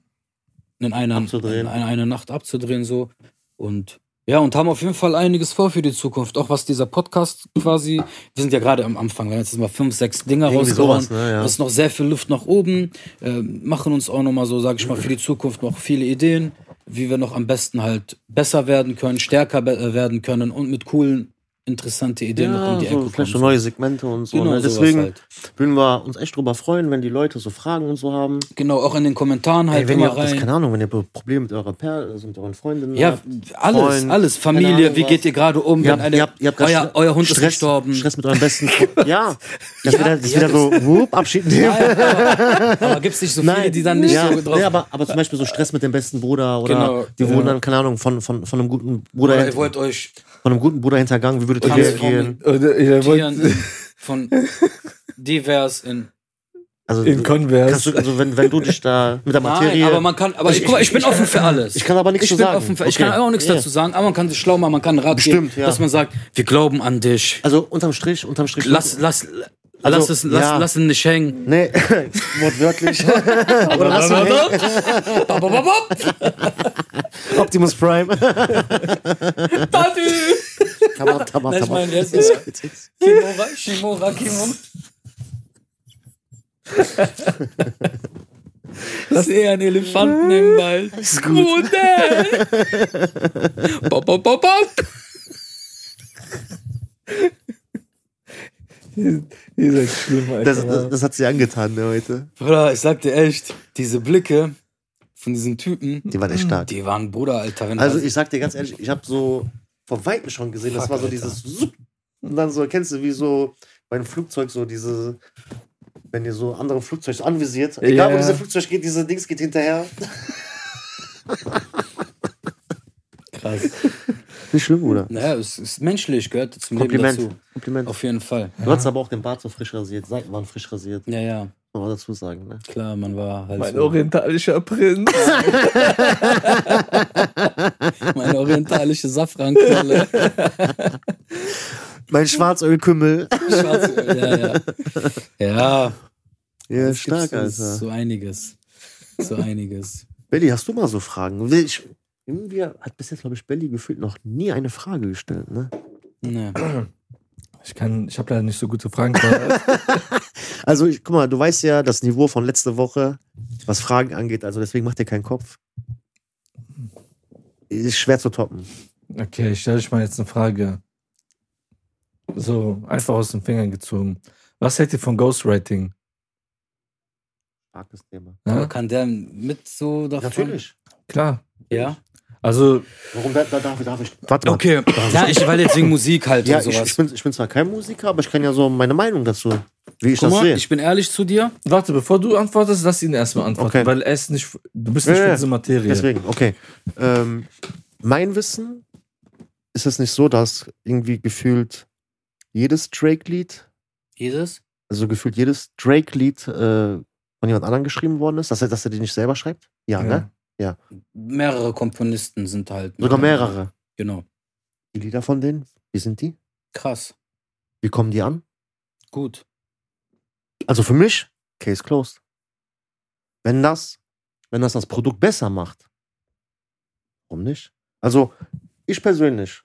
in einer, Abzudrehen. in einer, einer Nacht abzudrehen so. Und ja, und haben auf jeden Fall einiges vor für die Zukunft. Auch was dieser Podcast quasi, wir sind ja gerade am Anfang, wir haben jetzt mal fünf, sechs Dinger Irgendwie rausgehauen. sowas, ne, ja. Es ist noch sehr viel Luft nach oben. Ähm, machen uns auch nochmal so, sage ich mal, für die Zukunft noch viele Ideen, wie wir noch am besten halt besser werden können, stärker be- äh, werden können und mit coolen, interessante Ideen noch um die so, Ecke vielleicht so kommen. neue Segmente und so. Genau ne? sowas Deswegen halt. würden wir uns echt drüber freuen, wenn die Leute so Fragen und so haben. Genau, auch in den Kommentaren halt Ey, wenn ihr immer auch das, rein. keine Ahnung, wenn ihr Probleme mit eurer Perle, also mit euren Freundinnen Ja, habt. alles, Freund, alles. keine Familie, Ahnung, wie was. geht ihr gerade um? Ihr wenn habt, eine, ihr habt, ihr habt grad euer, Stre- euer Hund Stress, ist gestorben. (laughs) Stress mit euren besten Freunden. Ja, das wieder, das ja, wieder so, whoop, Abschied nehmen. (laughs) Nein, aber aber gibt es nicht so viele, die dann nicht ja, so drauf nee, aber, aber zum Beispiel so Stress mit dem besten Bruder oder Genau, die ja. wurden dann, keine Ahnung, von, von, von einem guten Bruder, Oder hint- ihr wollt euch von einem guten Bruder hintergangen, wie würdet ihr Transformen. reagieren? (laughs) Oder ihr wollt, Tieren von divers in Also, In kannst du, Converse. also wenn, wenn du dich da mit der Materie. Nein, aber man kann, aber ich, guck mal, ich bin offen für alles. ich kann aber nichts ich zu bin sagen. offen für, ich kann Okay. auch nichts Ja. dazu sagen, aber man kann sich schlau machen, man kann einen Rat Bestimmt, geben, ja. dass man sagt, wir glauben an dich. Also unterm Strich, unterm Strich. Lass, lass, lass es, lass, Also, ja. lass ihn nicht hängen. Nee, (laughs) wortwörtlich. (laughs) Oder lass ihn hängen. (laughs) Bop, bop, bop, Optimus Prime. (laughs) bop. Dadü. Tabak, Tabak, Nein, ich Tabak. meine, der ist- Kimura, (laughs) Shimura, Kimura. Das ist eher ein Elefanten im Wald. Ist gut. Bop, bop, bop, bop. Ihr seid schlimm, Alter. Das, das, das hat sie angetan ne, heute. Bruder, ich sag dir echt, diese Blicke von diesen Typen, Die war echt stark. die waren Bruder, Alter. Wenn Also ich sag dir (laughs) ganz ehrlich, ich habe so von Weitem schon gesehen, das Fuck, war so Alter. dieses Zup. und dann so, kennst du, wie so bei einem Flugzeug so diese, wenn ihr so andere Flugzeug so anvisiert, egal Ja. wo dieses Flugzeug geht, diese Dings geht hinterher. krass. Nicht schlimm, oder? Naja, es ist menschlich, gehört zum Leben Kompliment. dazu. Kompliment. Auf jeden Fall. Du hattest aber auch den Bart so frisch rasiert, Seiten waren frisch rasiert, muss Ja, ja, man mal dazu sagen. Ne? klar, man war halt mein so. orientalischer Prinz. Meine orientalische (laughs) Safrankralle. Mein Schwarzölkümmel. Schwarze, ja, ja. Ja, Ja, es gibt stark, so, Alter. So einiges. So einiges. Belly, hast du mal so Fragen? Will Ich, irgendwie hat bis jetzt, glaube ich, Belly gefühlt noch nie eine Frage gestellt, ne? Ne. Ich kann, ich habe leider nicht so gute Fragen. vorbereitet. Also, ich, guck mal, du weißt ja das Niveau von letzte Woche, was Fragen angeht. Also, deswegen mach dir keinen Kopf. Ist schwer zu toppen. okay, ich stelle euch mal jetzt eine Frage. So, einfach aus den Fingern gezogen. Was hält ihr von Ghostwriting? Starkes Thema. Aber Ja? kann der mit so davon? Natürlich. Klar. Ja. Also, Warum da, da, darf, darf ich? Warte mal. Okay. Ja, ich weil jetzt wegen Musik halt Ja, und ich, ich, sowas. bin, ich bin zwar kein Musiker, aber ich kann ja so meine Meinung dazu, wie ich Guck das mal, sehe. ich bin ehrlich zu dir. warte, bevor du antwortest, lass ihn erstmal antworten, Okay. weil er ist nicht, du bist nicht Ja, für ja. diese Materie. Deswegen, okay. Ähm, mein Wissen ist es nicht so, dass irgendwie gefühlt jedes Drake-Lied, Jesus? also gefühlt jedes Drake-Lied äh, von jemand anderem geschrieben worden ist, dass er, dass er die nicht selber schreibt? Ja, Ja. ne? Mehrere Komponisten sind halt. Sogar mehrere. Genau. Die Lieder von denen, wie sind die? Krass. Wie kommen die an? Gut. Also für mich, Case closed. Wenn das, wenn das das Produkt besser macht, warum nicht? Also ich persönlich,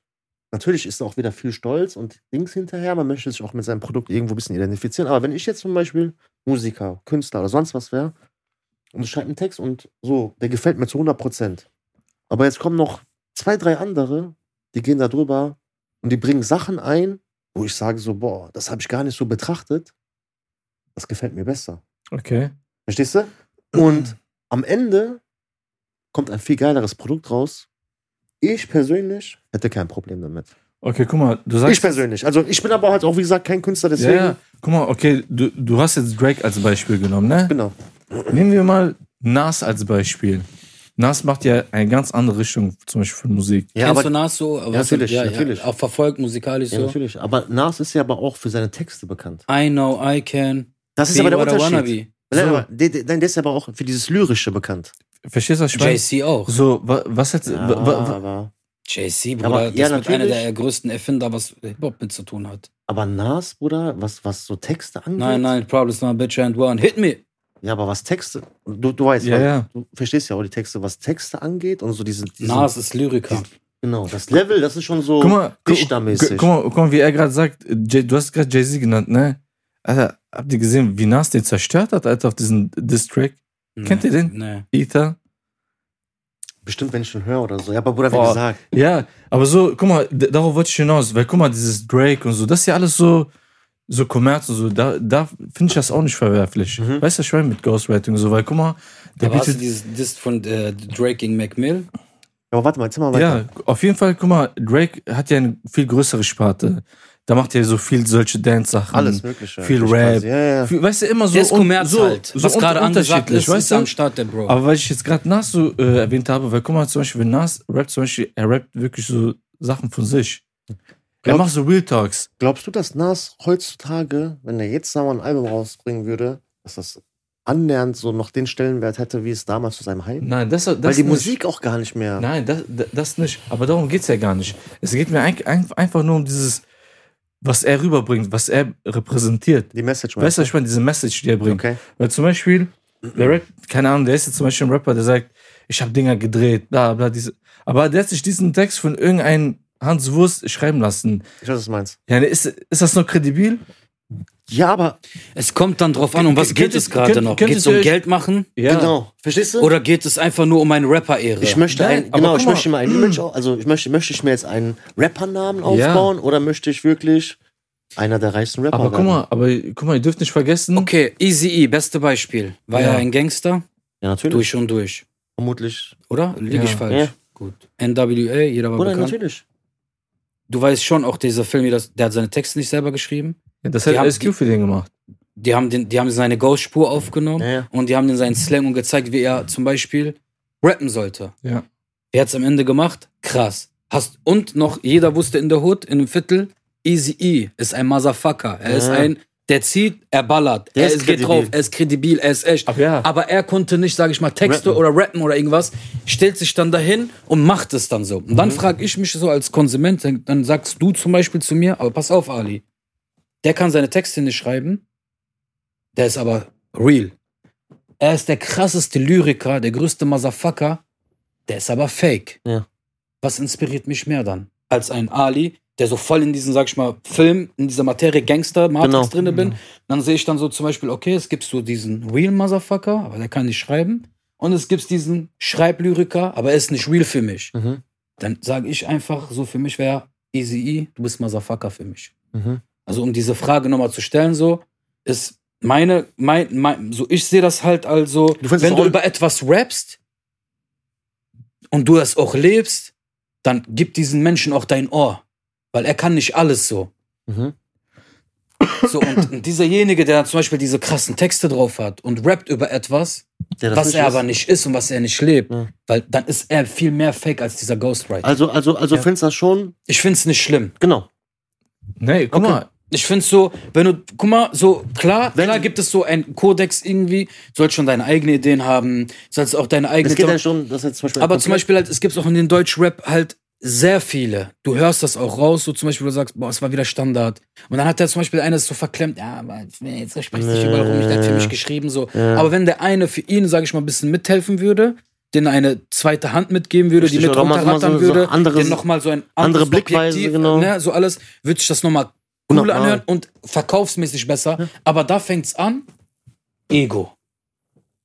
natürlich ist auch wieder viel Stolz und Dings hinterher, man möchte sich auch mit seinem Produkt irgendwo ein bisschen identifizieren, aber wenn ich jetzt zum Beispiel Musiker, Künstler oder sonst was wäre und ich schreibe einen Text und so, der gefällt mir zu 100 Prozent, aber jetzt kommen noch zwei, drei andere, die gehen da drüber und die bringen Sachen ein, wo ich sage so, boah, das habe ich gar nicht so betrachtet, das gefällt mir besser. Okay. Verstehst du? Und am Ende kommt ein viel geileres Produkt raus. Ich persönlich hätte kein Problem damit. Okay, guck mal, du Ich sagst. persönlich. Also ich bin aber halt auch, wie gesagt, kein Künstler, ja, deswegen. ja, guck mal, okay, du, du hast jetzt Drake als Beispiel genommen, ne? Genau. Nehmen wir mal Nas als Beispiel. Nas macht ja eine ganz andere Richtung, zum Beispiel von Musik. Ja, Kennst du aber, Nas so? Aber hast du- natürlich, natürlich. Auch verfolgt musikalisch ja, so. natürlich. Aber Nas ist ja aber auch für seine Texte bekannt. I know I can. Das ist be aber der what I wanna Unterschied. be. Nein, aber, der, der, nein, der ist aber auch für dieses Lyrische bekannt. Verstehst du, was ich meine? JC auch. So, wa, was jetzt. Ja, wa, wa, aber, JC, Aber- Bruder, ja, das ist mit einer natürlich. der größten Erfinder, was Hip-Hop mit zu tun hat. Mhm. aber Nas, Bruder, was, was so Texte angeht. Nein, nein, Problems not a bitch and one. Hit me! Ja, aber was Texte. Du, du weißt, Ja, weil- ja. du verstehst ja auch die Texte, was Texte angeht und so diese. diese Nas ist Lyriker. Genau, das Level, das ist schon so. guck mal, gu, dichtermäßig. gu- guck mal, guck mal, wie er gerade sagt, J, du hast gerade Jay-Z genannt, ne? Alter, habt ihr gesehen, wie Nas den zerstört hat, Alter, auf diesen Diss-Track? Kennt ihr den? Nee. Ether? Bestimmt, wenn ich schon höre oder so. Ja, aber Bruder, wie Boah. gesagt. Ja, aber so, guck mal, d- darauf wollte ich hinaus, weil guck mal, dieses Drake und so, das ist ja alles so, so Kommerz und so, da, da finde ich das auch nicht verwerflich. Mhm. Weißt du, ich meine mit Ghostwriting und so, weil guck mal, der Aber hast du bietet, dieses Dist von äh, Drake gegen Mac Mill? Aber warte mal, jetzt mal weiter. ja, auf jeden Fall, guck mal, Drake hat ja eine viel größere Sparte. Da macht er so viel solche Dance-Sachen. Alles Mögliche. viel eigentlich Rap. quasi. Ja, ja. Viel- Weißt du, immer so. der ist un- Kommerz so, halt. So was un- gerade angesagt unterschiedlich, ist, weißt ist du? am Start, der Bro. Aber weil ich jetzt gerade Nas so äh, erwähnt habe, weil guck mal, zum Beispiel, wenn Nas rappt, zum Beispiel, er rappt wirklich so Sachen von sich. Er Glaub- macht so Real Talks. Glaubst du, dass Nas heutzutage, wenn er jetzt mal ein Album rausbringen würde, dass das annähernd so noch den Stellenwert hätte, wie es damals zu seinem Heim. Nein, das, das Weil die nicht. Musik auch gar nicht mehr. Nein, das, das- das nicht. Aber darum geht es ja gar nicht. Es geht mir ein, ein, einfach nur um dieses, was er rüberbringt, was er repräsentiert. Die Message Weißt du, was ich meine, diese Message, die er bringt. Okay. Weil zum Beispiel, der Rap, keine Ahnung, der ist jetzt zum Beispiel ein Rapper, der sagt, ich habe Dinger gedreht, bla bla, diese. Aber der hat sich diesen Text von irgendeinem Hans Wurst schreiben lassen. Ich weiß, was du meinst. Ja, ne, ist, ist das noch kredibil? Ja, aber Es kommt dann drauf an, um was Könnt- geht es gerade könnt- noch? könntet Geht es um ihr euch- Geld machen? Ja. genau. Verstehst du? Oder geht es einfach nur um eine Rapper-Ehre? ich möchte Nein, ein, aber genau, guck ich mal. möchte mir einen Image, au- also ich möchte, möchte ich mir jetzt einen Rappernamen Ja. aufbauen oder möchte ich wirklich einer der reichsten Rapper Aber guck werden? mal, aber guck mal, ihr dürft nicht vergessen. Okay, Easy E, beste Beispiel. War Ja. ja ein Gangster, Ja, natürlich. durch und durch. Vermutlich. Oder? Liege Ja. ich falsch? Ja. Gut. NWA, jeder war Oder bekannt. natürlich. Du weißt schon auch, dieser Film, wie das- der hat seine Texte nicht selber geschrieben. Ja, das Die hat haben- SQ für den gemacht. Die haben, den, die haben seine Ghost-Spur aufgenommen Ja, ja. und die haben den seinen Slang und gezeigt, wie er zum Beispiel rappen sollte. Ja. Wer hat's am Ende gemacht? Krass. Hast, und noch, jeder wusste in der Hood, in dem Viertel, Easy E ist ein Motherfucker. Er ist Ja. ein, der zieht, er ballert, Der er ist ist geht kredibil. drauf, er ist kredibil, er ist echt. Aber ja. Aber er konnte nicht, sage ich mal, Texte Rappen. oder rappen oder irgendwas, stellt sich dann dahin und macht es dann so. Mhm. Und dann frage ich mich so als Konsument, dann- dann sagst du zum Beispiel zu mir, aber pass auf, Ali, der kann seine Texte nicht schreiben, der ist aber real. Er ist der krasseste Lyriker, der größte Motherfucker, der ist aber fake. Ja. Was inspiriert mich mehr dann? Als ein Ali, der so voll in diesen, sag ich mal, Film, in dieser Materie Gangster, Matrix Genau. drinne bin. Dann sehe ich dann so zum Beispiel, okay, es gibt so diesen Real Motherfucker, aber der kann nicht schreiben. Und es gibt diesen Schreiblyriker, aber er ist nicht real für mich. Mhm. Dann sage ich einfach, so für mich wäre Easy E, du bist Motherfucker für mich. Mhm. Also um diese Frage nochmal zu stellen, so ist meine, mein, mein so ich sehe das halt also, findest es wenn du auch- über etwas rappst und du das auch lebst, dann gib diesen Menschen auch dein Ohr, weil er kann nicht alles so. Mhm. So und dieserjenige, der zum Beispiel diese krassen Texte drauf hat und rappt über etwas, Der das was nicht er ist. aber nicht ist und was er nicht lebt, Ja. weil dann ist er viel mehr Fake als dieser Ghostwriter. Also, also, also Ja. findest du das schon? ich find's nicht schlimm. Genau. Nee, guck Okay. mal. Ich find's so, wenn du, guck mal, so klar, Wenn- klar gibt es so einen Kodex irgendwie, sollst schon deine eigenen Ideen haben, sollst auch deine eigene. Es geht ja schon, dass jetzt zum Beispiel. aber zum Beispiel halt, es gibt auch in den Deutschrap halt sehr viele. Du hörst das auch raus, so zum Beispiel, du sagst, boah, es war wieder Standard. Und dann hat der zum Beispiel einer so verklemmt, ja, aber nee, jetzt sprichst du dich überall rum, ich hab für mich geschrieben, so. Ja. Aber wenn der eine für ihn, sage ich mal, ein bisschen mithelfen würde, den eine zweite Hand mitgeben würde, Richtig, die mit oder mal- runterrattern mal so- so würde, andere- den nochmal so ein andere anderes Blickweise, Objektiv, genau. ne, so alles, würde ich das nochmal cool Hundertmal. anhören und verkaufsmäßig besser. Aber da fängt's an, Ego.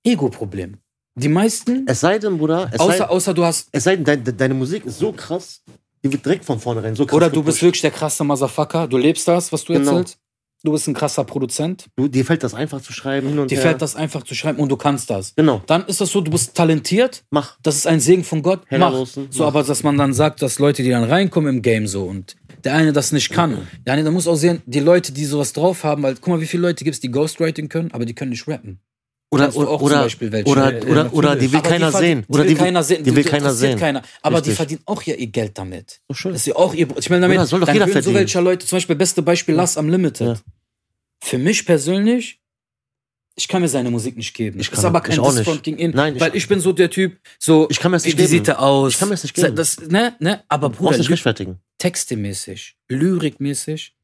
Ego-Problem. Die meisten, Es sei denn, Bruder, es, sei, außer, außer du hast es sei denn, dein- deine Musik ist so krass, die wird direkt von vornherein so krass. Oder du bist gepusht. wirklich der krasse Motherfucker, du lebst das, was du Genau. erzählst. Du bist ein krasser Produzent. Du, dir fällt das einfach zu schreiben hin und Dir her. fällt das einfach zu schreiben und du kannst das. Genau, Dann ist das so, du bist talentiert, mach. das ist ein Segen von Gott. Heller Mach. Rosen, So, mach. aber dass man dann sagt, dass Leute, die dann reinkommen im Game so und der eine das nicht kann. Der eine, da muss auch sehen, die Leute, die sowas drauf haben, weil guck mal, wie viele Leute gibt es, die Ghostwriting können, aber die können nicht rappen. Oder, Kennst du oder, auch zum oder, Beispiel welche? äh, oder, Ja, oder, oder die natürlich. will Aber keiner die verdient- sehen. Die Oder will keiner sehen. Die will keiner interessiert sehen. Keiner. Aber Richtig. die verdienen auch ja ihr Geld damit. So schön. Das ist ja auch ihr. Ich meine, damit Oder soll doch dann jeder hören so verdienen. welcher Leute, zum Beispiel beste Beispiel Lars Unlimited. Ja. Für mich persönlich, ich kann mir seine Musik nicht geben. Ich ist kann- aber kein ich auch Diss nicht. front gegen ihn, Nein, ich- weil ich bin so der Typ, so Ich kann mir das wie, nicht wie geben. sieht er aus? Ich kann mir das nicht geben. Das, ne, ne, aber Du brauchst Bruder, nicht Ly- rechtfertigen. textemäßig, lyrikmäßig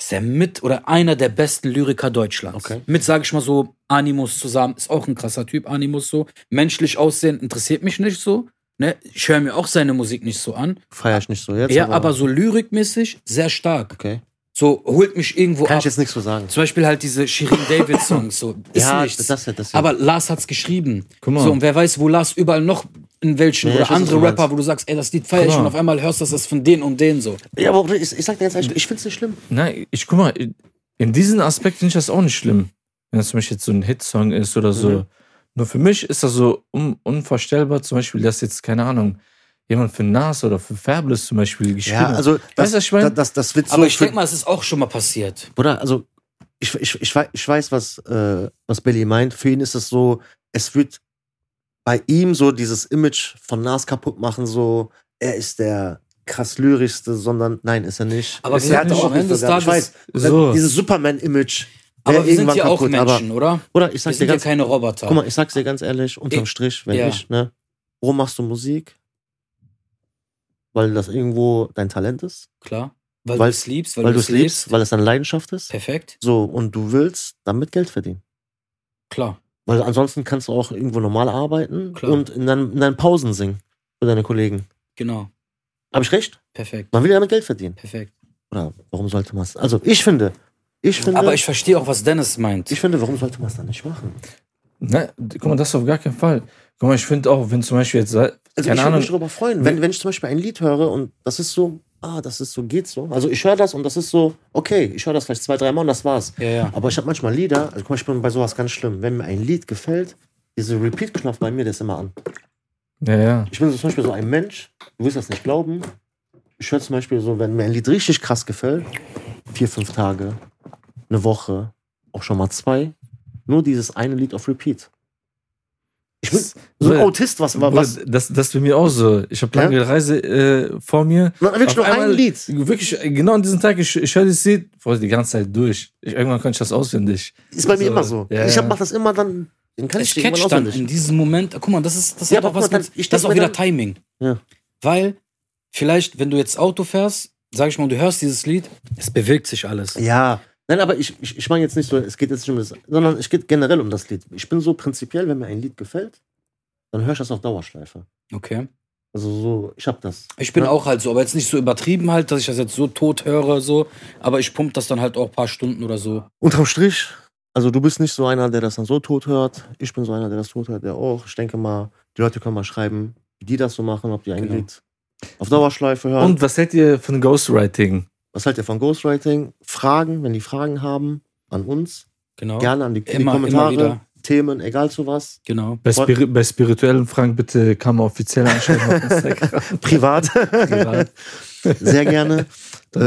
ist er mit oder einer der besten Lyriker Deutschlands. Okay. Mit, sage ich mal so, Animus zusammen. Ist auch ein krasser Typ, Animus so. Menschlich aussehen interessiert mich nicht so. Ne? Ich höre mir auch seine Musik nicht so an. Feier ich nicht so jetzt. ja, aber, so lyrikmäßig sehr stark. Okay. So holt mich irgendwo Kann ab. ich jetzt nichts so sagen. Zum Beispiel halt diese Shirin David Songs. (laughs) So, ist Ja, nichts. das- das- das- Aber Lars hat's geschrieben. Guck mal. So, und wer weiß, wo Lars überall noch in welchen Ja, ich oder weiß, was andere du meinst. Rapper, wo du sagst, ey, das Lied feier Guck ich mal. und auf einmal hörst du, das ist von denen und denen so. Ja, aber ich, ich sag dir jetzt ehrlich, ich find's nicht schlimm. Nein, ich guck mal, in diesem Aspekt finde ich das auch nicht schlimm. Wenn das zum Beispiel jetzt so ein Hitsong ist oder so. Mhm. Nur für mich ist das so un unvorstellbar, zum Beispiel, dass jetzt, keine Ahnung, jemand für Nas oder für Fabulous zum Beispiel gespielt Ja, hat. also Weißt das, du, was ich mein? das, das, das wird so. Aber ich für- denke mal, es ist auch schon mal passiert. Bruder, also ich, ich, ich, wei- ich weiß, was, äh, was Billy meint. Für ihn ist es so, es wird bei ihm so dieses Image von Nas kaputt machen, so er ist der krass lyrischste, sondern nein, ist er nicht. Aber ist wir er hatten am Ende des gesagt, ich Tages- weiß, So. dieses Superman-Image. Aber wir sind irgendwann ja auch kaputt, aber- Menschen, oder? Oder ich Wir sag's dir sind ja ganz, keine Roboter. guck mal, ich sag's dir ganz ehrlich, unterm Ich- Strich, wenn ja. nicht, ne? Warum machst du Musik? Weil das irgendwo dein Talent ist, Klar. Weil, Weil- du es liebst, weil, weil, du es liebst, weil es deine Leidenschaft ist. Perfekt. So, und du willst damit Geld verdienen. Klar. Weil ansonsten kannst du auch irgendwo normal arbeiten Klar. und in deinen, in deinen Pausen singen für deine Kollegen. Genau. Habe ich recht? Perfekt. Man will damit Geld verdienen. Perfekt. Oder warum sollte man es? Also ich finde, ich finde, Aber ich verstehe auch, was Dennis meint. ich finde, warum sollte man es dann nicht machen? Ne? Guck mal, das auf gar keinen Fall. Guck mal, ich finde auch, wenn zum Beispiel jetzt, keine Also ich würde Ahnung, mich darüber freuen, wenn, wenn ich zum Beispiel ein Lied höre und das ist so, ah, das ist so, geht so. Also ich höre das und das ist so, okay, ich höre das vielleicht zwei, dreimal und das war's. ja, ja. Aber ich habe manchmal Lieder, also guck mal, ich bin bei sowas ganz schlimm. Wenn mir ein Lied gefällt, dieser Repeat-Knopf bei mir, der ist immer an. ja, ja. Ich bin so zum Beispiel so ein Mensch, du wirst das nicht glauben. Ich höre zum Beispiel so, wenn mir ein Lied richtig krass gefällt, vier, fünf Tage, eine Woche, auch schon mal zwei, nur dieses eine Lied auf Repeat. Ich bin so ein Bruder, Autist, was, Bruder, was, Das, das bei mir auch so. Ich habe lange Ja? Reise äh, vor mir. wirklich Auf nur ein einmal- Lied. Wirklich, äh, genau an diesem Tag, ich, ich höre das Lied boah, die ganze Zeit durch. Ich, irgendwann kann ich das auswendig. Ist bei mir So, immer so. ja, ich hab, ja. mach das immer dann. Dann kann Es ich die irgendwann catcht dann in auswendig. diesem Moment. Guck mal, das ist, das Ja, hat aber auch guck was mal, mit, dann- ich das ist denk auch mir wieder dann- Timing. Ja. Weil vielleicht, wenn du jetzt Auto fährst, sag ich mal, du hörst dieses Lied, es bewegt sich alles. Ja. Nein, aber ich, ich, ich meine jetzt nicht so, es geht jetzt nicht um das, sondern es geht generell um das Lied. Ich bin so prinzipiell, wenn mir ein Lied gefällt, dann höre ich das auf Dauerschleife. Okay. Also so, ich hab das. Ich bin Ja. auch halt so, aber jetzt nicht so übertrieben halt, dass ich das jetzt so tot höre, so. Aber ich pump das dann halt auch ein paar Stunden oder so. Unterm Strich, also du bist nicht so einer, der das dann so tot hört. Ich bin so einer, der das tot hört, der auch. Ich denke mal, die Leute können mal schreiben, wie die das so machen, ob die ein Genau. Lied auf Dauerschleife hören. Und was hält ihr von Ghostwriting? was haltet ihr von Ghostwriting? Fragen, wenn die Fragen haben, an uns. Genau. Gerne an die, die Immer, immer Kommentare, wieder. Themen, egal zu was. (laughs) Genau. Bei, Spiri bei spirituellen Fragen bitte kann man offiziell anschreiben (laughs) auf Instagram. Privat. (laughs) Privat. Sehr gerne. äh,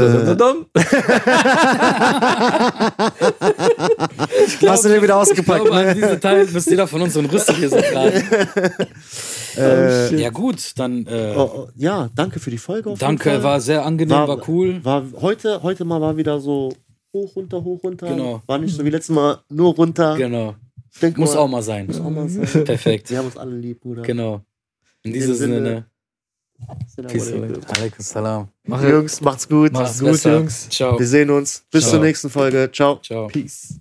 hast du den wieder Ich ausgepackt? glaube, an Ne? diesem Teil müsst jeder von unseren Rüsten hier so (laughs) tragen. Oh, Äh, Ja, gut, dann äh, oh, oh, ja, danke für die Folge. auf jeden danke, Fall. war sehr angenehm, War- war cool. war heute, heute mal war wieder so hoch, runter, hoch, runter. Genau. War nicht so wie letztes Mal nur runter. Genau. Ich denk Muss mal, auch mal sein. muss auch mal (laughs) sein. Perfekt. Sie haben uns alle lieb, Bruder. Genau. In dem diesem Sinne, Sinne. Peace. Alaikum. Alaikum salam. Mach, Jungs, macht's gut. mach's Mach's gut, besser. Jungs. Ciao. Wir sehen uns. Bis Ciao. zur nächsten Folge. Ciao. Ciao. Peace.